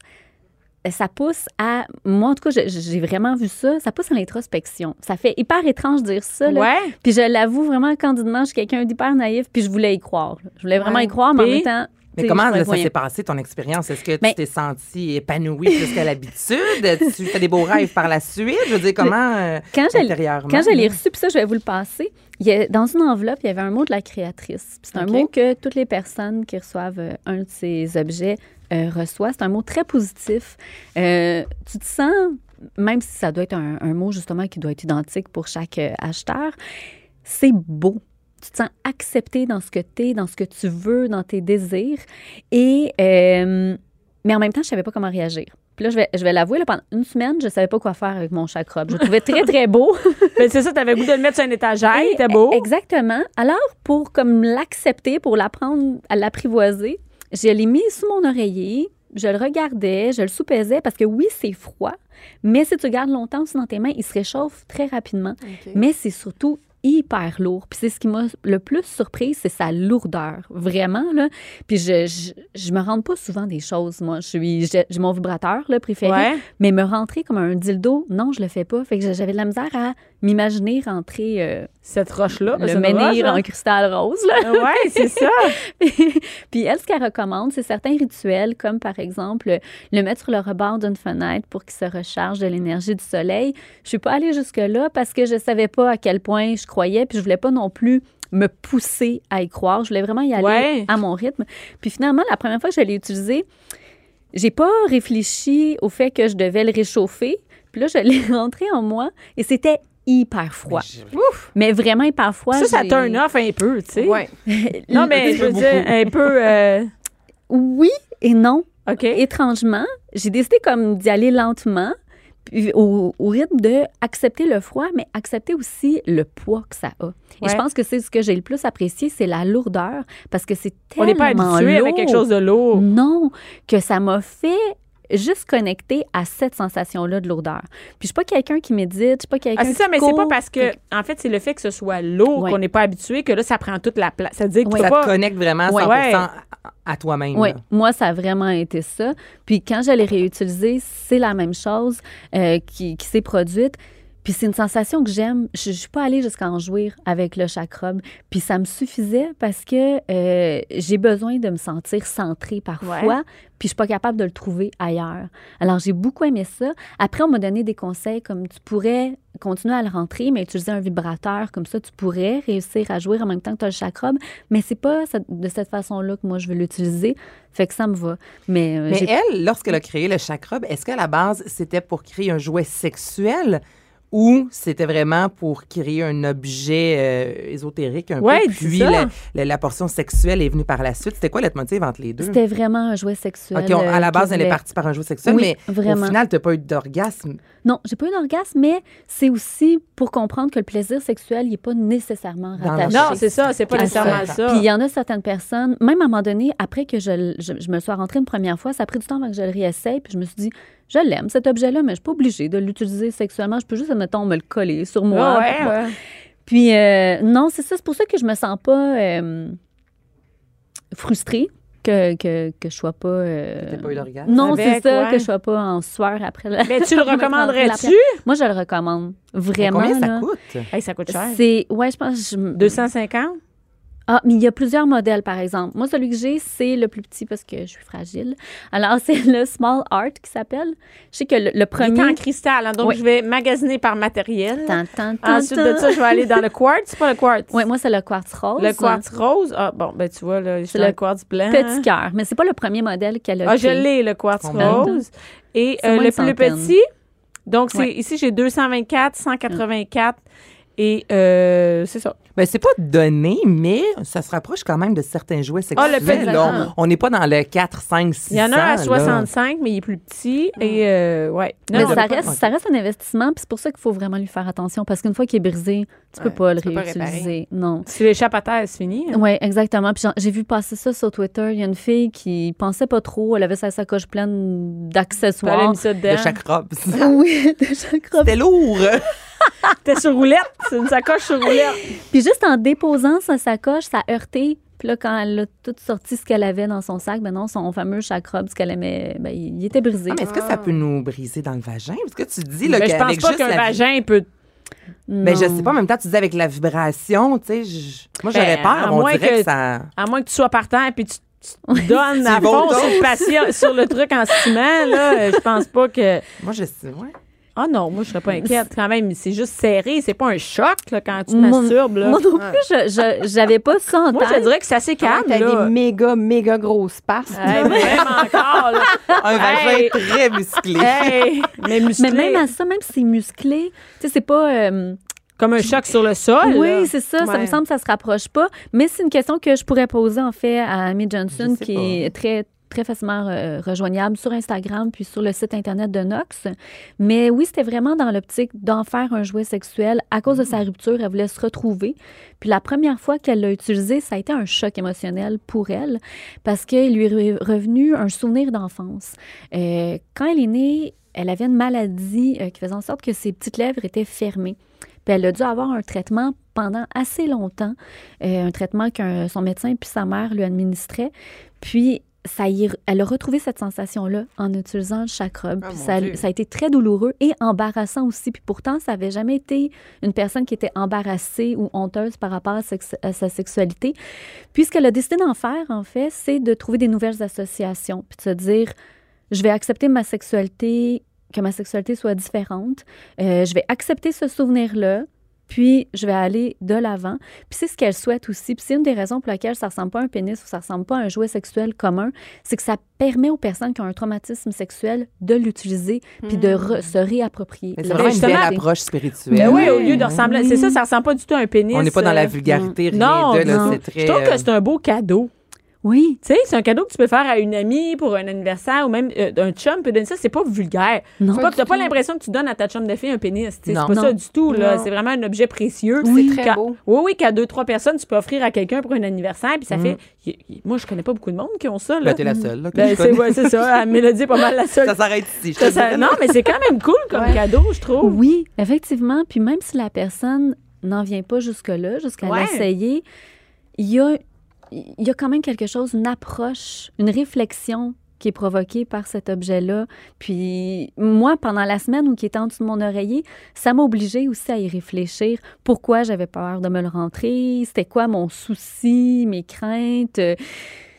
ça pousse à. Moi, en tout cas, j'ai- j'ai vraiment vu ça. Ça pousse à l'introspection. Ça fait hyper étrange de dire ça. là.
Ouais.
Puis je l'avoue vraiment candidement, je suis quelqu'un d'hyper naïf, puis je voulais y croire. là. Je voulais vraiment
Ouais.
y croire, mais en
Puis-
même temps. tu
Mais
sais,
comment
je trouvais
là, ça
moyen.
s'est passé, ton expérience? Est-ce que
Mais-
tu t'es senti épanouie plus qu'à
[LAUGHS]
l'habitude? tu fais des beaux rêves par la suite? Je veux dire, comment euh,
Quand je l'ai-
intérieurement?
Quand je l'ai reçu, puis ça, je vais vous le passer, il y a- dans une enveloppe, il y avait un mot de la créatrice. Puis C'est un
OK.
mot que toutes les personnes qui reçoivent euh, un de ces objets euh, reçoivent. C'est un mot très positif. Euh, tu te sens, même si ça doit être un, un mot justement qui doit être identique pour chaque euh, acheteur, c'est beau. Tu te sens accepté dans ce que tu es, dans ce que tu veux, dans tes désirs. Et, euh, mais en même temps, je savais pas comment réagir. Puis là, je vais, je vais l'avouer, là, pendant une semaine, je savais pas quoi faire avec mon chakra. Je le trouvais très, très beau.
Mais c'est ça, t'avais le goût de le mettre sur une étagère,
Et-
t'es beau.
e Exactement. Alors, pour comme l'accepter, pour l'apprendre à l'apprivoiser, je l'ai mis sous mon oreiller, je le regardais, je le soupesais parce que oui, c'est froid, mais si tu le gardes longtemps aussi dans tes mains, il se réchauffe très rapidement. Mais c'est surtout hyper lourd. Puis c'est ce qui m'a le plus surprise, c'est sa lourdeur, vraiment. Là. Puis je, je, je me rends pas souvent des choses, moi. Je suis, j'ai j'ai mon vibrateur là, préféré.
Ouais.
Mais me rentrer comme un dildo, non, je le fais pas. Fait que j'avais de la misère à m'imaginer rentrer euh,
Cette roche-là. ben,
le
c'est une
menhir en
roche,
cristal rose. Là.
hein. [LAUGHS] Ouais, c'est ça.
Puis elle, ce qu'elle recommande, c'est certains rituels, comme par exemple le mettre sur le rebord d'une fenêtre pour qu'il se recharge de l'énergie du soleil. Je suis pas allée jusque-là parce que je savais pas à quel point je croyais, puis je voulais pas non plus me pousser à y croire. Je voulais vraiment y aller
Ouais.
à mon rythme. Puis finalement, la première fois que je l'ai utilisé, j'ai pas réfléchi au fait que je devais le réchauffer. Puis là, je l'ai [LAUGHS] rentré en moi et c'était hyper froid. Mais vraiment hyper froid.
Ça, ça
j'ai-
turn off un peu, tu sais.
Ouais.
Non, mais je veux dire, un peu. euh,
Oui et non.
OK.
Étrangement, j'ai décidé comme d'y aller lentement, puis au, au rythme de accepter le froid, mais accepter aussi le poids que ça a. Et
Ouais.
je pense que c'est ce que j'ai le plus apprécié, c'est la lourdeur, parce que c'est
On
tellement
n'est pas habitué avec
lourd.
quelque chose de lourd.
Non, que ça m'a fait juste connecter à cette sensation-là de lourdeur. Puis je suis pas quelqu'un qui médite, je suis pas quelqu'un
Ah, c'est ça,
qui
mais c'est pas
court.
parce que, en fait, c'est le fait que ce soit lourd
Ouais.
qu'on n'est pas habitué que là, ça prend toute la place. Ça veut dire que
Ouais.
tu
Ça
peux
te
pas.
connecte vraiment 100%
Ouais.
à- à toi-même.
Oui,
là.
moi, ça a vraiment été ça. Puis quand je l'ai réutilisé, c'est la même chose euh, qui, qui s'est produite. Puis c'est une sensation que j'aime. Je ne suis pas allée jusqu'à en jouir avec le chakra. Puis ça me suffisait parce que euh, j'ai besoin de me sentir centrée parfois.
Ouais.
Puis je suis pas capable de le trouver ailleurs. Alors j'ai beaucoup aimé ça. Après, on m'a donné des conseils comme tu pourrais continuer à le rentrer, mais utiliser un vibrateur comme ça, tu pourrais réussir à jouir en même temps que tu as le chakra. Mais c'est pas ça- de cette façon-là que moi je veux l'utiliser. Fait que ça me va. Mais, euh,
Mais
j'ai-
elle, lorsqu'elle a créé le chakra, ben, est-ce qu'à la base, c'était pour créer un jouet sexuel ou c'était vraiment pour créer un objet euh, ésotérique un
Ouais,
peu?
dis
Puis
ça.
la, la- la portion sexuelle est venue par la suite. C'était quoi le leitmotiv entre les deux?
c'était vraiment un jouet sexuel.
OK, on- à
euh,
la base,
que je
elle est
voulais.
partie par un jouet sexuel,
Oui,
mais
vraiment.
au final, tu n'as pas eu d'orgasme.
Non, j'ai pas eu d'orgasme, mais c'est aussi pour comprendre que le plaisir sexuel, il est pas nécessairement
Dans la
rattaché.
Non, c'est ça, c'est pas
Ah,
nécessairement
ça.
ça.
Puis il y en a certaines personnes, même à un moment donné, après que je, l- je, je me le sois rentrée une première fois, ça a pris du temps avant que je le réessaye, puis je me suis dit, je l'aime cet objet-là, mais je suis pas obligée de l'utiliser sexuellement, je peux juste, admettons, me le coller sur
Ah,
moi.
Ouais,
Bon.
ouais.
Puis euh, non, c'est ça, c'est pour ça que je me sens pas euh, frustrée que, que, que je sois pas... euh,
T'as pas eu d'orgasme.
non, c'est
Avec,
ça,
ouais.
que je sois pas en sueur après la...
Mais tu le recommanderais-tu?
[LAUGHS] Moi, je le recommande
Mais
vraiment.
combien ça
là.
coûte?
Hey, ça coûte cher.
C'est ouais, je pense je,
250?
Ah, mais il y a plusieurs modèles par exemple. Moi, celui que j'ai, c'est le plus petit parce que je suis fragile. Alors, [LAUGHS] c'est le Small Art qui s'appelle. Je sais que le, le
Il est en
premier
cristal, hein, donc
Oui.
je vais magasiner par matériel.
Tan, tan, tan,
Ah, Ensuite
tan.
de ça, je vais aller dans le quartz. C'est pas le quartz.
Ouais, moi c'est le quartz rose. hein.
le quartz rose. Ah, bon, ben tu vois, là, je suis dans
le
le quartz blanc. hein.
petit cœur, mais c'est pas le premier modèle qu'elle a
Ah, je
créé.
l'ai, le quartz
Combien?
rose. Et
C'est
euh,
moins
le
une
plus
centaine.
petit, donc c'est
Ouais.
ici, j'ai 224, 184 et Et euh, c'est ça.
Ben, c'est pas donné, mais ça se rapproche quand même de certains jouets
Ah,
sexuels.
le petit-
là. On- On n'est pas dans le 4, 5, 6
Il y en a un à 65, mais il est plus petit.
Mm.
Et euh, ouais. Non,
mais
on
ça
peut pas-
reste, ça reste un investissement, puis c'est pour ça qu'il faut vraiment lui faire attention, parce qu'une fois qu'il est brisé, tu peux
Ouais,
pas le
tu peux pas
réutiliser. non.
Si l'échappe à terre, c'est fini. hein.
Oui, exactement. Puis j'en- j'ai vu passer ça sur Twitter. Il y a une fille qui pensait pas trop. Elle avait sa sacoche pleine
Tu peux aller
d'accessoires.
mettre ça dedans.
De chaque robe. [LAUGHS]
[LAUGHS] Oui, de chaque robe.
C'était lourd.
T'es sur roulette. C'est une sacoche sur roulette.
Puis juste en déposant sa sacoche, ça a heurté. Puis là, quand elle a tout sorti ce qu'elle avait dans son sac, ben non, son fameux chaque robe, ce qu'elle aimait, ben, il il était brisé.
Ah, mais est-ce que ça peut nous briser dans le vagin? Parce que tu dis là,
Mais Ben, je pense
qu'avec
pas
juste
qu'un
la-
vagin peut.
Mais je
Non.
sais pas, en même temps, tu dis avec la vibration, tu sais, je- moi j'aurais
Ben, à
peur, on
moins
dirait que,
que-
ça...
À moins que tu sois partant et puis tu, tu te donnes à
[LAUGHS]
Tu vas
fond
au
sur le, patient- sur le truc en ciment, là, euh, je pense pas que.
Moi je
[LAUGHS]
sais, ouais.
Ah non, moi, je serais pas inquiète. Quand même, c'est juste serré. C'est pas un choc là, quand tu te
Mon-
masturbes. Là.
Moi non plus, je- je- j'avais pas ça en
Moi, je
tête.
dirais que c'est assez calme.
T'as
là.
des méga, méga grosses passes.
Hey, même encore,
[LAUGHS]
là.
Un
Hey!
vagin très musclé.
Hey, mais musclé.
Mais même à ça, même si c'est musclé, tu sais, c'est pas. euh,
Comme un choc sur le sol. là.
oui, c'est ça. Ça
Ouais.
me semble que ça se rapproche pas. Mais c'est une question que je pourrais poser, en fait, à Amy Johnson,
Je sais
qui
pas.
est très très facilement euh, rejoignable sur Instagram puis sur le site internet de Nox. Mais oui, c'était vraiment dans l'optique d'en faire un jouet sexuel. À cause de sa
Mm.
rupture, elle voulait se retrouver. Puis la première fois qu'elle l'a utilisé, ça a été un choc émotionnel pour elle parce qu'il lui est revenu un souvenir d'enfance. Euh, quand elle est née, elle avait une maladie euh, qui faisait en sorte que ses petites lèvres étaient fermées. Puis elle a dû avoir un traitement pendant assez longtemps, euh, un traitement que son médecin puis sa mère lui administraient. Puis ça y est- elle a retrouvé cette sensation-là en utilisant le chakra. Puis
Ah, mon
ça,
Dieu.
ça a été très douloureux et embarrassant aussi. Puis pourtant, ça n'avait jamais été une personne qui était embarrassée ou honteuse par rapport à, sex- à sa sexualité. Puis ce qu'elle a décidé d'en faire, en fait, c'est de trouver des nouvelles associations, puis de se dire, je vais accepter ma sexualité, que ma sexualité soit différente, Euh, je vais accepter ce souvenir-là, puis je vais aller de l'avant. Puis c'est ce qu'elle souhaite aussi. Puis c'est une des raisons pour laquelle ça ressemble pas à un pénis ou ça ressemble pas à un jouet sexuel commun, c'est que ça permet aux personnes qui ont un traumatisme sexuel de l'utiliser, puis de
Hmm.
re- se réapproprier.
Hmm. Mais c'est
le
vraiment une
justement,
belle
réapproprier.
approche spirituelle.
Ben oui,
Ouais.
au lieu de ressembler. C'est ça, ça ressemble pas du tout à un pénis.
On n'est pas dans
euh,
la vulgarité, rien
non,
de, là,
non.
c'est très...
Je trouve
euh,
que c'est un beau cadeau.
Oui.
Tu sais, c'est un cadeau que tu peux faire à une amie pour un anniversaire ou même euh, un chum peut donner ça. C'est pas vulgaire.
Non.
Tu
Pas
n'as
du
pas,
tout.
l'impression que tu donnes à ta chum de fille un pénis. tu sais. C'est
Non.
pas ça
Non.
du tout. là.
Non.
C'est vraiment un objet précieux.
Oui. C'est très
Qu'à-
beau.
Oui, oui, qu'à deux, trois personnes, tu peux offrir à quelqu'un pour un anniversaire. Puis ça fait. y- y- Moi, je connais pas beaucoup de monde qui ont ça. Là.
Ben, t'es la seule, là, que
Ben,
je
c'est
connais.
ouais, c'est ça.
[LAUGHS]
La Mélodie est pas mal la seule.
Ça s'arrête ici. je
Ça,
te
ça-
dirais,
non,
là.
mais c'est quand même cool comme cadeau, je trouve.
Oui, effectivement. Puis même si la personne n'en vient pas jusque-là, jusqu'à
Ouais.
l'essayer, il y a, il y a quand même quelque chose, une approche, une réflexion qui est provoquée par cet objet-là. Puis moi, pendant la semaine où qui était en dessous de mon oreiller, ça m'a obligée aussi à y réfléchir. Pourquoi j'avais peur de me le rentrer? C'était quoi mon souci, mes craintes? Euh,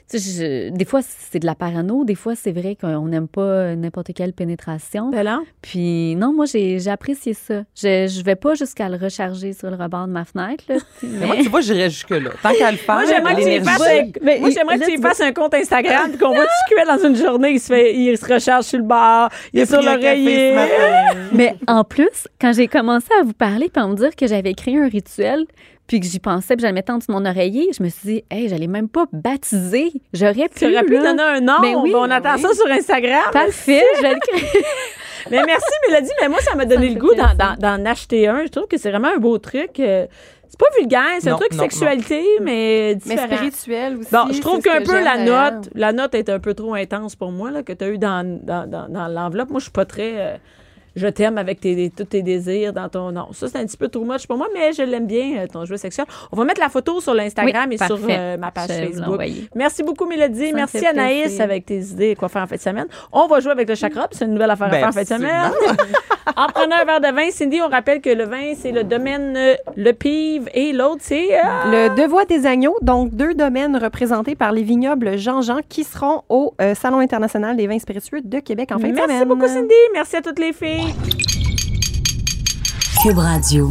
tu sais, je- des fois, c'est de la parano. Des fois, c'est vrai qu'on n'aime pas n'importe quelle pénétration.
Ben non.
Puis non, moi, j'ai j'ai apprécié ça. Je, je vais pas jusqu'à le recharger sur le rebord de ma fenêtre.
[LAUGHS]
Là, tu sais,
Mais moi, tu vois, j'irais jusque-là. Tant qu'à le faire,
Moi, j'aimerais que tu lui
l'énergie...
fasses, un- moi, j'aimerais que tu lui fasses un compte Instagram puis [LAUGHS] qu'on voit ce qu'il fait dans une journée. Il se, fait, il se recharge sur le bar, il est sur
pris un café
l'oreiller.
ce matin.
Mais en plus, quand j'ai commencé à vous parler puis à me dire que j'avais créé un rituel, puis que j'y pensais, puis je le mettais en dessous de mon oreiller, je me suis dit, hey, j'allais même pas baptiser. J'aurais pu.
Tu aurais pu
là.
donner un nom.
Ben oui.
Ben, on attend ça sur Instagram.
Parfait, je vais le
[LAUGHS]
créer.
Mais merci, Mélodie. Mais moi, ça m'a donné
Ça me
le
fait
goût d'en- d'en
plaisir.
d'en acheter un. Je trouve que c'est vraiment un beau truc. Euh, C'est pas vulgaire, c'est un
Non,
truc
non,
sexualité, mais
Mais
différent.
spirituel aussi.
Bon, je trouve
c'est ce
qu'un
que
peu
j'aime
la
derrière.
note, la note est un peu trop intense pour moi, là, que tu as eu dans, dans, dans- dans l'enveloppe. Moi, je suis pas très. euh, je t'aime avec tes, tous tes désirs dans ton nom. Ça, c'est un petit peu trop much pour moi, mais je l'aime bien, euh, ton jouet sexuel. On va mettre la photo sur l'Instagram
Oui,
et sur
parfait.
euh, ma page
Je vais vous
Facebook.
l'envoyer.
Merci beaucoup, Mélodie.
Ça me
Merci,
fait
Anaïs,
plaisir.
avec tes idées, quoi faire en fin de semaine. On va jouer avec le chakra, puis c'est une nouvelle affaire à
Ben,
faire en fin de semaine. en prenant un verre de vin, Cindy, on rappelle que le vin, c'est le domaine euh, Le Pive et l'autre, c'est. euh,
Le Devoir des agneaux, donc deux domaines représentés par les vignobles Jean-Jean qui seront au euh, Salon international des vins spiritueux de Québec en fin de
Merci
semaine.
beaucoup, Cindy. Merci à toutes les filles.
Cube Radio.